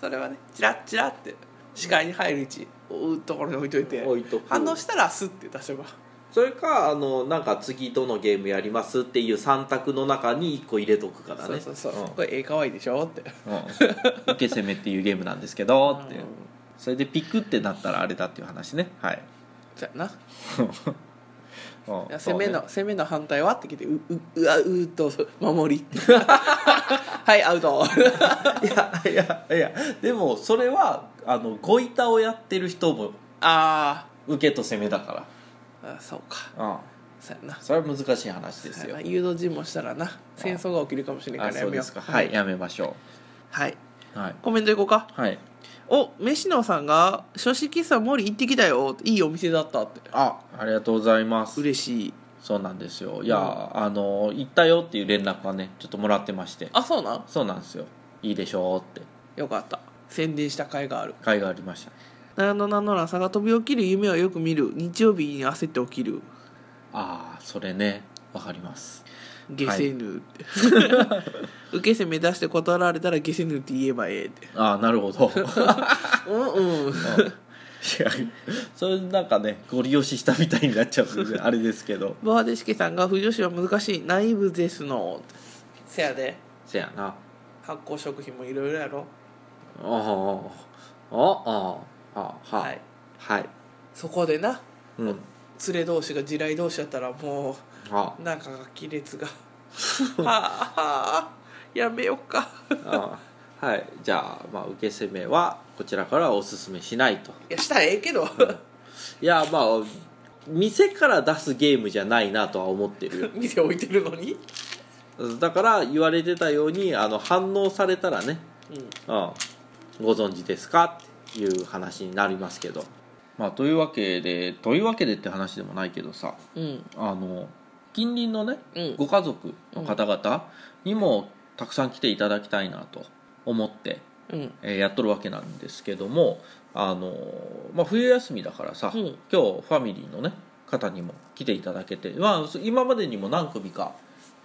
それはねチラッチラッて視界に入る位置追うところに置いといて置いとく反応したらスッて出せばそれかあのなんか次どのゲームやりますっていう3択の中に1個入れとくからそうねそうそう、これ絵かわいいでしょってうんうん受け攻めっていうゲームなんですけどっていううんそれでピクってなったらあれだっていう話ねはいじゃあなうんいやそう攻ねめの、攻めの反対はって聞いてうううわうと 守りはいアウトいやいやいやでもそれはあのご板をやってる人もあ受けと攻めだか、ーあそうからうん、そうやなそれは難しい話でそすうやよな誘導尋問したらな戦争が起きるかもしれないあからそやうめでよすうかはいやめましょはい、うはいコメントいこうかはいお飯野さんが「書式喫茶森行ってきたよ」いいお店だったってあありがとうございます嬉しいそうなんですよいや、あの行ったよっていう連絡はねちょっともらってましてあそうなんそうなんですよいいでしょうってよかった宣伝した甲斐がある会がありました長野菜のらさが飛び起きる夢をよく見る日曜日に焦って起きるああそれねわかります下世ぬって、 受け攻め出して断られたら下世ぬって言えばええってああなるほ どうんいうんやそれなんかねご利用ししたみたいになっちゃうんで ねあれですけどボアデシケさんが「不女子は難しい内部ですの」せやでせやな発酵食品もいろいろやろあああああああはいはいそこでなうん連れ同士が地雷同士やったらもあうなんかが亀 裂がはあはあやめようかああはいじゃあ,、まあ受け攻めはこちらからはおすすめしないといやしたらええけどいやまあ店から出すゲームじゃないなとは思って るよ店置いてるのにだから言われてたようにあの反応されたらね、うんうん、ご存知ですかっていう話になりますけどまあというわけでというわけでって話でもないけどさうんあの近隣のね、うんご家族の方々にもたくさん来ていただきたいなと思って、うんえーやっとるわけなんですけどもあの、まあ、冬休みだからさ、うん今日ファミリーのね方にも来ていただけて、まあ、今までにも何組か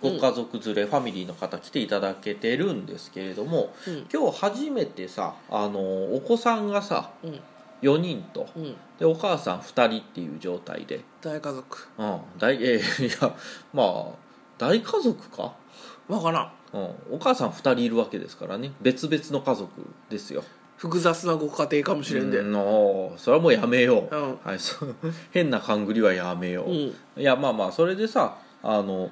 ご家族連れ、ファミリーの方来ていただけてるんですけれどもうん今日初めてさあのお子さんがさうん4人とうんでお母さん2人っていう状態で。大家族うん大えーいやまあ大家族か、わからんうん、お母さん2人いるわけですからね別々の家族ですよ複雑なご家庭かもしれんでうんのそれはもうやめよう、うんはい、そう 変な勘繰りはやめよう、うんいやまあまあそれでさあの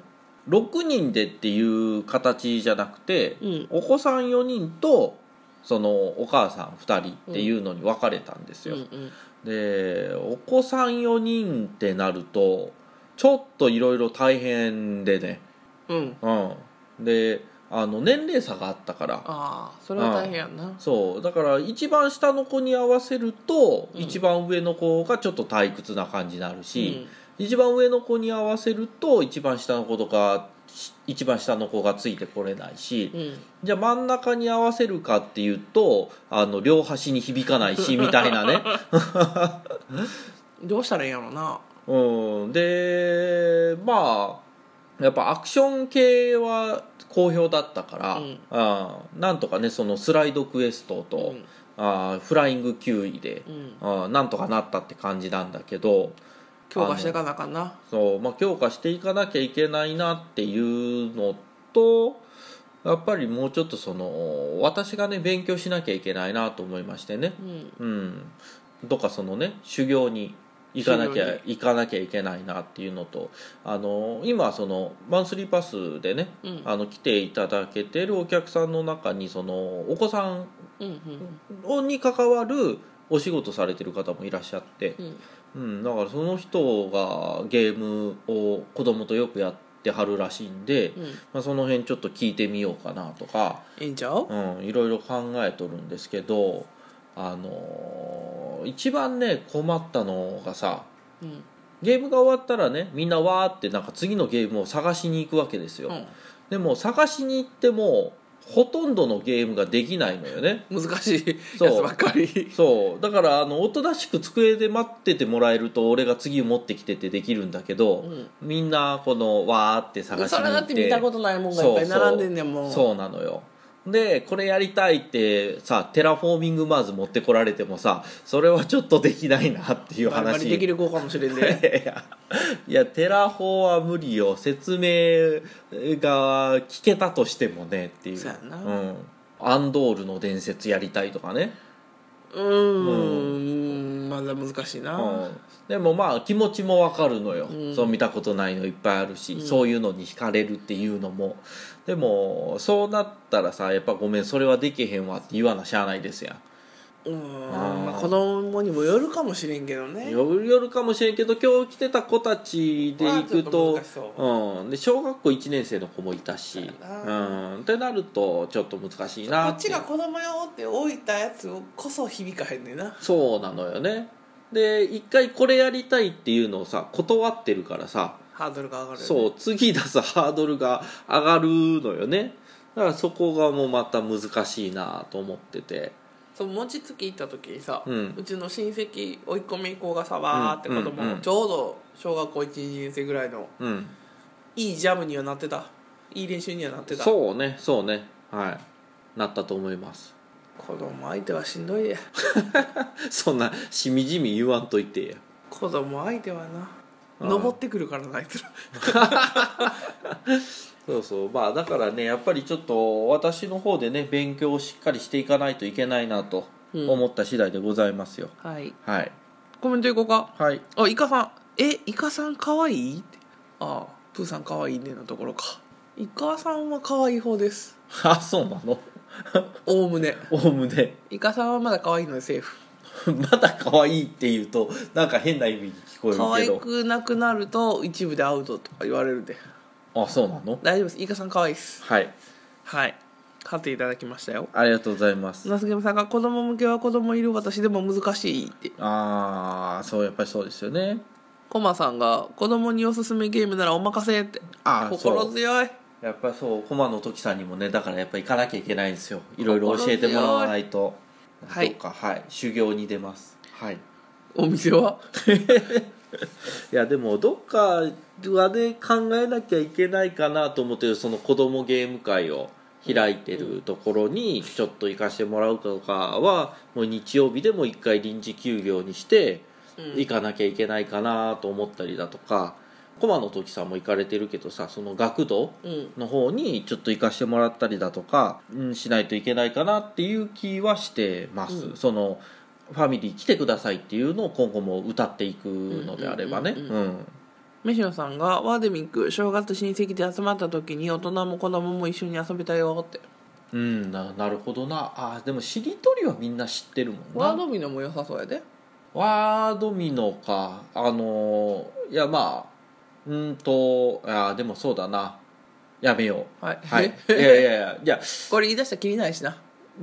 6人でっていう形じゃなくて、うんお子さん4人とそのお母さん2人っていうのに分かれたんですよ、うんでお子さん4人ってなるとちょっといろいろ大変でねうんうんうんであの年齢差があったからああそれは大変やんなそうだから一番下の子に合わせると、うん一番上の子がちょっと退屈な感じになるし、一番上の子に合わせると一番下の子とかし一番下の子がついてこれないし、うんうんじゃあ真ん中に合わせるかっていうとあの両端に響かないしみたいな ねどうしたらいいんやろなうん、でまあやっぱアクション系は好評だったから、うんあーなんとかねそのスライドクエストと、うんあーフライング9位で、うんあーなんとかなったって感じなんだけど強化していかなあかんなそう、まあ、強化していかなきゃいけないなっていうのとやっぱりもうちょっとその私がね勉強しなきゃいけないなと思いましてね。うんうん、どっかそのね修行に行かなきゃ修行かなきゃいけないなっていうのとあの今そのマンスリーパスでね、うんあの来ていただけてるお客さんの中にそのお子さんうんうんをに関わるお仕事されてる方もいらっしゃってう、んうん、だからその人がゲームを子供とよくやってはるらしいんで、うんまあ、その辺ちょっと聞いてみようかなとか。いいんちゃううん、いろいろ考えとるんですけどあのー一番ね困ったのがさうんゲームが終わったらねみんなわーってなんか次のゲームを探しに行くわけですよ、でも探しに行ってもほとんどのゲームができないのよねうん、難しいそうやつばっかりそうだからあのおとなしく机で待っててもらえると俺が次持ってきててできるんだけど、んみんなこのわーって探しそにれ行だっってて見たことないもんがいっぱい並んでんねんもんそうなのよでこれやりたいってさテラフォーミングマーズ持ってこられてもさそれはちょっとできないなっていうバリバリ話できる子かもしれんいや ねいやいやテラフォは無理よ説明が聞けたとしてもねっていう、そうやなんアンドールの伝説やりたいとかね、うーんまだ難しいな、うん、でもまあ気持ちもわかるのよ、うんそう見たことないのいっぱいあるし、そういうのに惹かれるっていうのもでもそうなったらさやっぱごめんそれはできへんわって言わなしゃあないですやんうーんあーまあ、子供にもよるかもしれんけどねよるよるかもしれんけど今日来てた子たちで行くと、まあちょっと難しそうん、で小学校1年生の子もいたしそうやうんってなるとちょっと難しいなこっってちが子供用って置いたやつをこそ響かへんねんなそうなのよねで一回これやりたいっていうのをさ断ってるからさハードルが上がるうそう次出すハードルが上がるのよねだからそこがもうまた難しいなと思っててそう餅つき行った時にさ、うんちの親戚追い込み子がさわーって子供、うんうんうんちょうど小学校12年生ぐらいのうんいいジャムにはなってたいい練習にはなってたそうねそうねはいなったと思います 子供相手はしんどいでそんなしみじみ言わんといてや子供相手はなうん登ってくるからなあいつらそうそうまあだからねやっぱりちょっと私の方でね勉強をしっかりしていかないといけないなとうん思った次第でございますよ、はいはいコメントいこうかはいあイカさんえイカさんかわいいってああプーさんかわいいねのところかイカさんはかわいい方です あそうなのおおむねおおむねイカさんはまだ可愛いのでセーフ まだ可愛いって言うとなんか変な意味に聞こ可える愛けくなくなると一部でアウトとか言われるでどあそうなの大丈夫ですイカさん可愛いですはいはい勝っていただきましたよありがとうございますナスゲムさんが子供向けは子供いる私でも難しいってああそうやっぱりそうですよねコマさんが子供におすすめゲームならお任せってあーそう心強いやっぱりそう駒野時さんにもねだからやっぱ行かなきゃいけないんですよいろいろ教えてもらわないとはいどうかはい修行に出ますはいお店はいやでもどっかはね考えなきゃいけないかなと思ってるその子供ゲーム会を開いてるところにちょっと行かしてもらうかとかはもう日曜日でも一回臨時休業にしてうん行かなきゃいけないかなと思ったりだとか駒野時さんも行かれてるけどさその学童うんの方にちょっと行かしてもらったりだとか、うん、しないといけないかなっていう気はしてます、うんそのファミリー来てくださいっていうのを今後も歌っていくのであればねうんうんうんメシノさんがワーデミック正月親戚で集まった時に大人も子供も一緒に遊べたよってうんななるほどなあでもしりとりはみんな知ってるもんワーなドミノも良さそうやでワードミノかあのーいやまあうんとあでもそうだなやめよはいう はいいえやいやいやいやこれ言い出したらきりないしな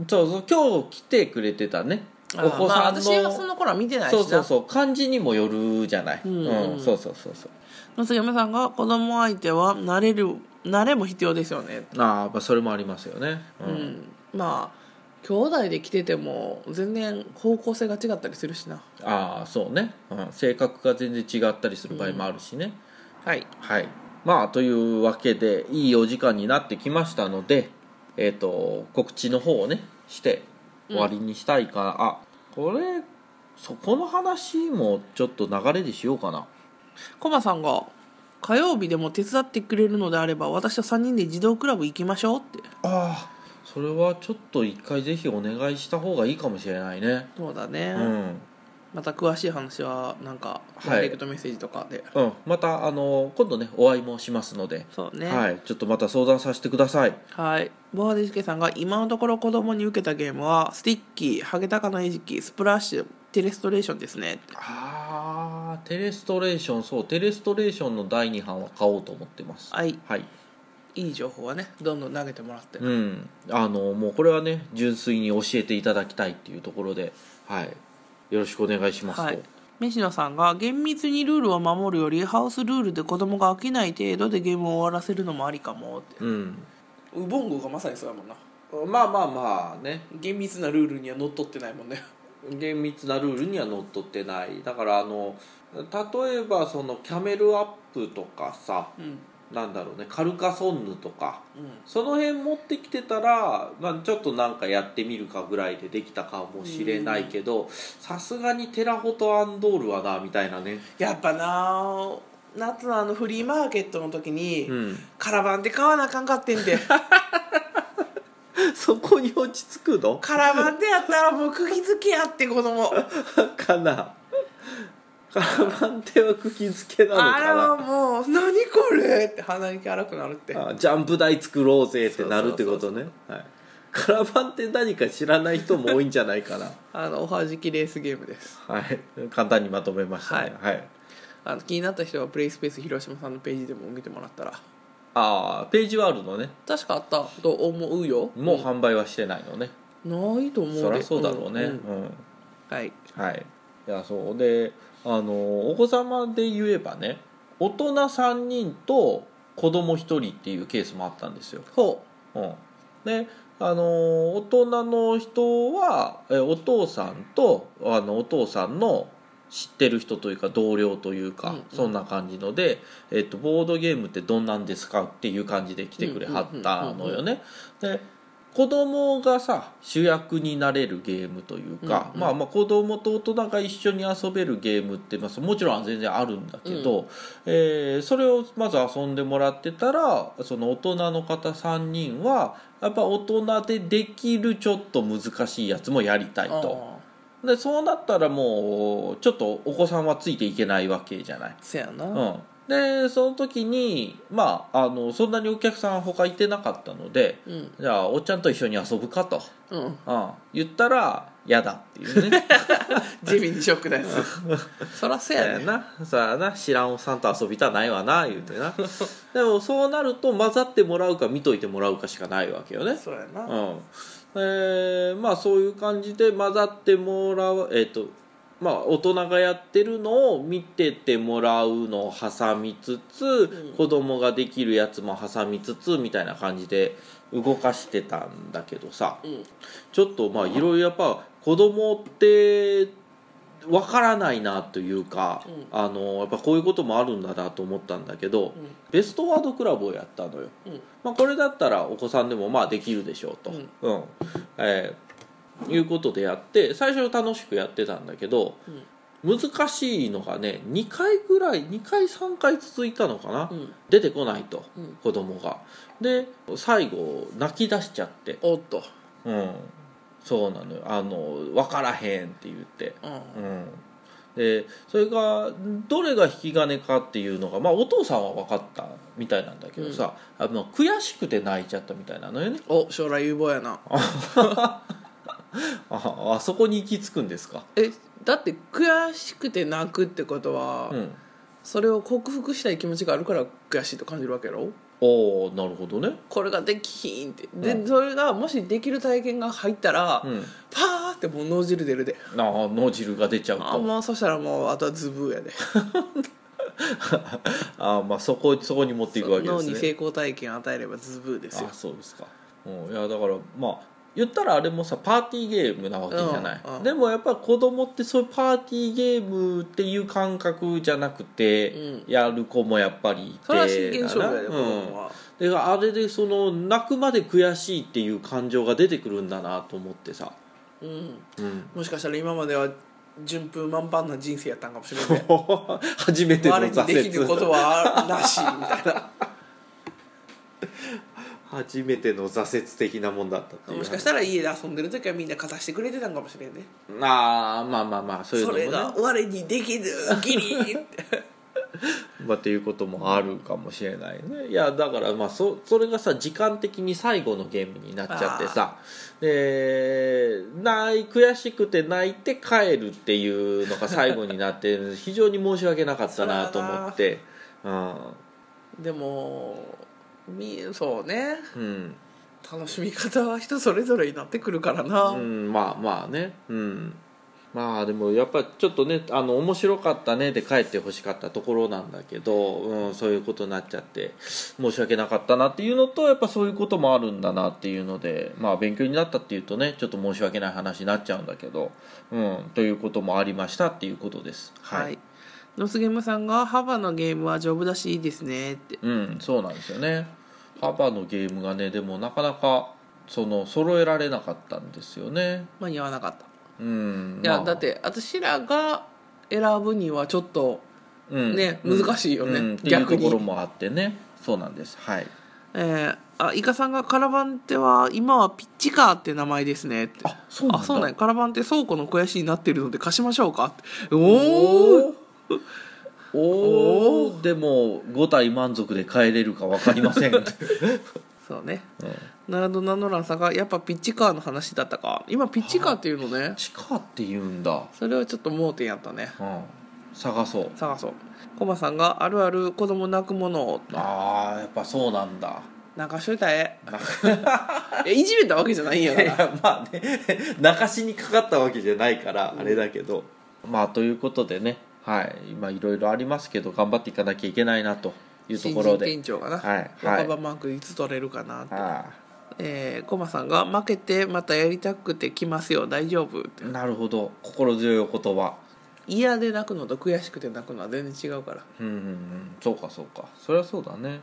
そうそう今日来てくれてたねお子まさあんの、私はその頃は見てないしそなうそうそう漢字にもよるじゃない、うんうんそうそうそうそうまさ嫁さんが子供相手は慣れる慣れも必要ですよねあーやっぱそれもありますよねう、うんん、まあ兄弟で来てても全然方向性が違ったりするしなああそうね、うん、性格が全然違ったりする場合もあるしね、はいはいまあというわけでいいお時間になってきましたのでえっ、と告知の方をねして終わりにしたいから、あこれそこの話もちょっと流れでしようかなコマさんが「火曜日でも手伝ってくれるのであれば私と3人で児童クラブ行きましょう」ってああそれはちょっと一回ぜひお願いした方がいいかもしれないねそうだね、うんまた詳しい話はなんかはいダイレクトメッセージとかで、うん、またあの今度ねお会いもしますので、そうね、はいい、ちょっとまた相談させてくださいはい、ボアデスケさんが今のところ子供に受けたゲームはスティッキーハゲタカの餌食スプラッシュテレストレーションですねってあーテレストレーションそうテレストレーションの第2版は買おうと思ってますはいはいいい情報はねどんどん投げてもらって、うん、あのもうこれはね純粋に教えていただきたいっていうところで、はい、よろしくお願いしますと、はい飯野さんが厳密にルールを守るよりハウスルールで子供が飽きない程度でゲームを終わらせるのもありかもってうん、ウボンゴがまさにそうやもんなまあまあまあね厳密なルールにはのっとってないもんね厳密なルールにはのっとってないだからあの例えばそのキャメルアップとかさうんなんだろうねカルカソンヌとかうその辺持ってきてたら、まあ、ちょっとなんかやってみるかぐらいでできたかもしれないけどさすがにテラホとアンドールはなみたいなねん、やっぱな夏のあのフリーマーケットの時に、うんカラバンって買わなあかんかって んでそこに落ち着くの カラバンってやったらもう釘付けやって子供かなカラバンテは釘付けなのあれはかもう「何これ!」って鼻息荒くなるってなあジャンプ台作ろうぜってなるってことねはいカラバンって何か知らない人も多いんじゃないかなあのおはじきレースゲームですはい簡単にまとめましたねはい、あの気になった人はプレイスペース広島さんのページでも見てもらったらああページワールドね確かあったと思うよもう販売はしてないのね、ないと思うでそりゃそうだろうねんんうんはいはい、いやそうであのお子様で言えばね大人3人と子供1人っていうケースもあったんですよ。うん、であの大人の人はえお父さんとあのお父さんの知ってる人というか同僚というか、うんうんそんな感じので、えっと、ボードゲームってどんなんですかっていう感じで来てくれはったのよね。で子供がさ主役になれるゲームというか、うんうんまあ、まあ子供と大人が一緒に遊べるゲームって、まあ、そもちろん全然あるんだけど、えーそれをまず遊んでもらってたらその大人の方3人はやっぱ大人でできるちょっと難しいやつもやりたいと。ああでそうなったらもうちょっとお子さんはついていけないわけじゃない。せやな、うん、でその時にまああのそんなにお客さん他いてなかったのでうんじゃあおっちゃんと一緒に遊ぶかと、うんうん、言ったら嫌だっていうねジミーにショ ックなやつそらせそややねなそやな知らんおっさんと遊びたないわな言うてなでもそうなると混ざってもらうか見といてもらうかしかないわけよねそうやうなんえーまあそういう感じで混ざってもらうえっ、とまあ大人がやってるのを見ててもらうのを挟みつつ、ん子供ができるやつも挟みつつみたいな感じで動かしてたんだけどさうんちょっとまあいろいろやっぱ子供ってわからないなというか、うんあのやっぱこういうこともあるんだなと思ったんだけど、ベストワードクラブをやったのよ。うんうんまあ、これだったらお子さんでもまあできるでしょうと、ううんんえーいうことでやって最初楽しくやってたんだけどうん難しいのがね2回ぐらい2回3回続いたのかな、うん出てこないとうん子供がで最後泣き出しちゃって、おっとうん、そうなのよあの分からへんって言ってうんうん、でそれがどれが引き金かっていうのが、まあ、お父さんは分かったみたいなんだけどさ、あの悔しくて泣いちゃったみたいなのよねお将来有望やなああそこに行き着くんですか、えだって悔しくて泣くってことは、うん、それを克服したい気持ちがあるから悔しいと感じるわけやろおおなるほどね、これができひんってで、うんそれがもしできる体験が入ったら、うん、パーってもう脳汁出るでああ脳汁が出ちゃうとあもうそしたらもうあとはズブーやでああまあそこそこに持っていくわけ脳ですにね成功体験与えればズブーですよあそうですか、うん、いやだからまあ言ったらあれもさパーティーゲームなわけじゃない、うんうんでもやっぱ子供ってそういうパーティーゲームっていう感覚じゃなくて、うんやる子もやっぱりいてそれは真剣勝負やで、だ子な供はうん、であれでその泣くまで悔しいっていう感情が出てくるんだなと思ってさ、うん、うん、 もしかしたら今までは順風満帆な人生やったんかもしれ ない初めての我に挫折できることはなしみたいな初めての挫折的なもんだったっていう もしかしたら家で遊んでる時はみんな勝たしてくれてたんかもしれんねああまあまあまあそういうのもそねれが我にできずギリって まあ、っていうこともあるかもしれないねいやだからまあそそれがさ時間的に最後のゲームになっちゃってさでない悔しくて泣いて帰るっていうのが最後になって非常に申し訳なかったなと思って、うん、でもみそうねうん、楽しみ方は人それぞれになってくるからな、うん、まあまあねうんまあでもやっぱちょっとねあの面白かったねで帰ってほしかったところなんだけど、うん、そういうことになっちゃって申し訳なかったなっていうのとやっぱそういうこともあるんだなっていうのでまあ勉強になったっていうとねちょっと申し訳ない話になっちゃうんだけど、うん、ということもありましたっていうことですはい、ノスゲームさんが「ハバのゲームは丈夫だしいいですね」ってうん、そうなんですよね幅のゲームがねでもなかなかその揃えられなかったんですよね間に合わなかった、うんいやまあだって私らが選ぶにはちょっとうんねうん難しいよねうんっていう逆とにころもあってねそうなんですはいえー、あイカさんが「カラバンテは今はピッチカーって名前ですね」ってあそうなんだあそうなんやカラバンテ倉庫の肥やしになってるので貸しましょうかっておおおおおでも5体満足で帰れるか分かりま せんうんそうねなるほどナノランさんがやっぱピッチカーの話だったか今ピッチカーっていうのね地下って言うんだ、それはちょっと盲点やったねうん、探そう探そうコマさんが「あるある子供泣くものをあーやっぱそうなんだ泣かしといたらえ えいじめたわけじゃないんやかいらや まあね 泣かしにかかったわけじゃないからあれだけど、まあということでねはい今いろいろありますけど頑張っていかなきゃいけないなというと新ころ人で店長がな、はいはい若葉マークいつ取れるかなって、あえー、コマさんが「負けてまたやりたくて来ますよ大丈夫」ってあなるほど心強いお言葉嫌で泣くのと悔しくて泣くのは全然違うからうんうんうんそうかそうかそりゃそうだね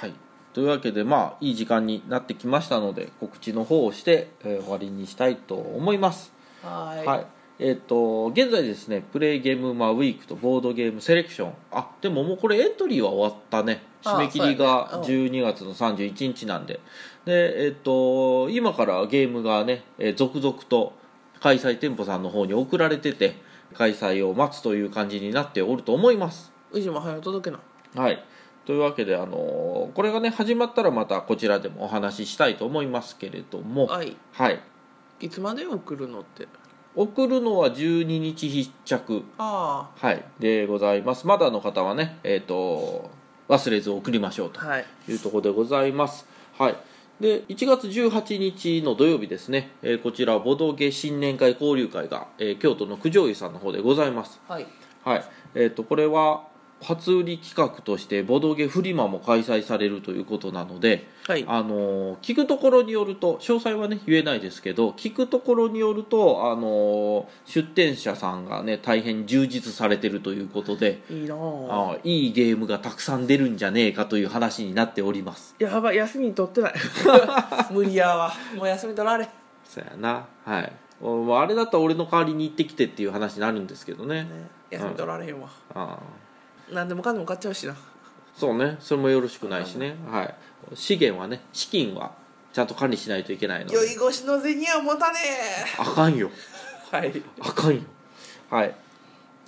はいというわけでまあいい時間になってきましたので告知の方をして、えー終わりにしたいと思いますはーいはいえっと現在ですねプレイゲームマウィークとボードゲームセレクションあでももうこれエントリーは終わったねあ締め切りそがうやね12月の31日なんででえっと今からゲームがねえー続々と開催店舗さんの方に送られてて開催を待つという感じになっておると思いますうちも早く届けなはい、というわけで、あのーこれがね始まったらまたこちらでもお話ししたいと思いますけれども、はいはいいつまで送るのって送るのは12日必着、あはい、でございますまだの方はね、えー、と忘れず送りましょうあはいというところでございます。はいで1月18日の土曜日ですね、えーこちらボドゲ新年会交流会が、えー京都の九条湯さんの方でございますはいはいえー、とこれは初売り企画としてボドゲフリマも開催されるということなので、はいあのー聞くところによると詳細はね言えないですけど聞くところによると、あのー出店者さんがね大変充実されてるということで、いいなああーいいゲームがたくさん出るんじゃねえかという話になっておりますやばい休み取っ てない無理やわもう休み取られそやなはいおまああれだったら俺の代わりに行ってきてっていう話になるんですけどねね休み取られへんわ、あー何でもかんでも買っちゃうしなそうねそれもよろしくないしね、はい、資源はね資金はちゃんと管理しないといけないので酔い越しの銭は持たねあかんよえはいあかんよはい、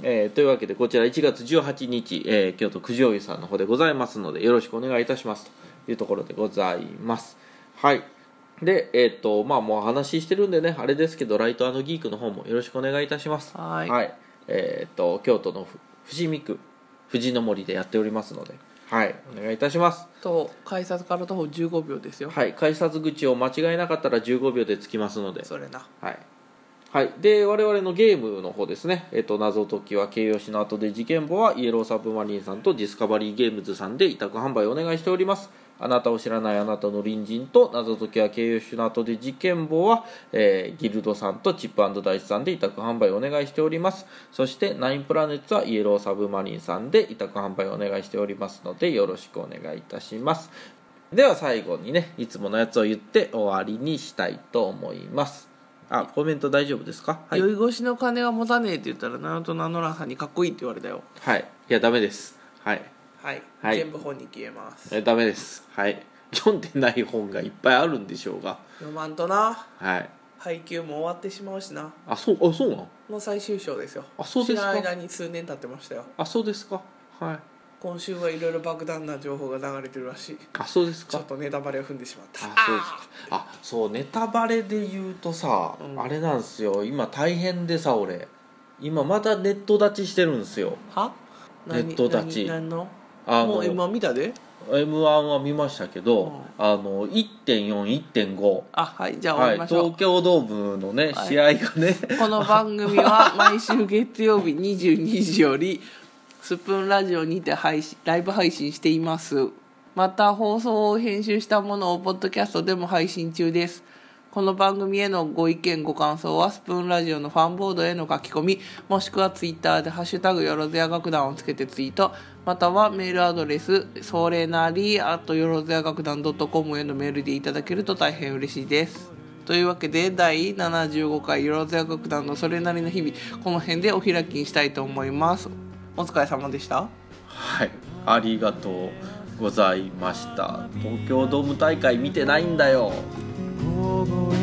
えーというわけでこちら1月18日、えー京都九条湯さんの方でございますのでよろしくお願いいたしますというところでございますはいでえっ、とまあもうお話ししてるんでねあれですけどライトギークの方もよろしくお願いいたしますはーいえっ、と京都のふ伏見区藤の森でやっておりますのではいお願いいたしますと改札から徒歩15秒ですよ、はい、改札口を間違えなかったら15秒で着きますので、それなはいはい、で我々のゲームの方ですね「えっと謎解きは形容詞の後で事件簿」はイエローサブマリンさんとディスカバリーゲームズさんで委託販売お願いしておりますあなたを知らないあなたの隣人と謎解きは形容詞の後で事件簿は、えーギルドさんとチップダイスさんで委託販売お願いしておりますそしてナインプラネッツはイエローサブマリンさんで委託販売お願いしておりますのでよろしくお願いいたしますでは最後にねいつものやつを言って終わりにしたいと思いますあコメント大丈夫ですかはい、酔い越しの金は持たねえって言ったらナオトナノランさんにかっこいいって言われたよはい、いやダメですはいはい、はい全部本に消えますえダメですはい読んでない本がいっぱいあるんでしょうが読まんとなはい配給も終わってしまうしなあそうあそうなんもう最終章ですよあそうですか知らん間に数年経ってましたよあそうですかはい今週はいろいろ爆弾な情報が流れてるらしいあそうですちょかっとネタバレを踏んでしまったあそうですかあそうネタバレで言うとさ、うんあれなんですよ今大変でさ俺今またネット立ちしてるんですよはネット立ち何何何のあのもう今見たで m 1は見ましたけど、うんあの1.41.5あはいじゃあ終わはりい、ましょう東、京ドームのね、はい試合がねこの番組は毎週月曜日22時よりスプーンラジオにて配信ライブ配信していますまた放送を編集したものをポッドキャストでも配信中ですこの番組へのご意見ご感想はスプーンラジオのファンボードへの書き込みもしくはツイッターで「ハッシュタグよろずや楽団」をつけてツイートまたはメールアドレスそれなりあとよろずや楽団 .com へのメールでいただけると大変嬉しいですというわけで第75回よろずや楽団のそれなりの日々この辺でお開きにしたいと思いますお疲れ様でしたはいありがとうございました東京ドーム大会見てないんだよ凍え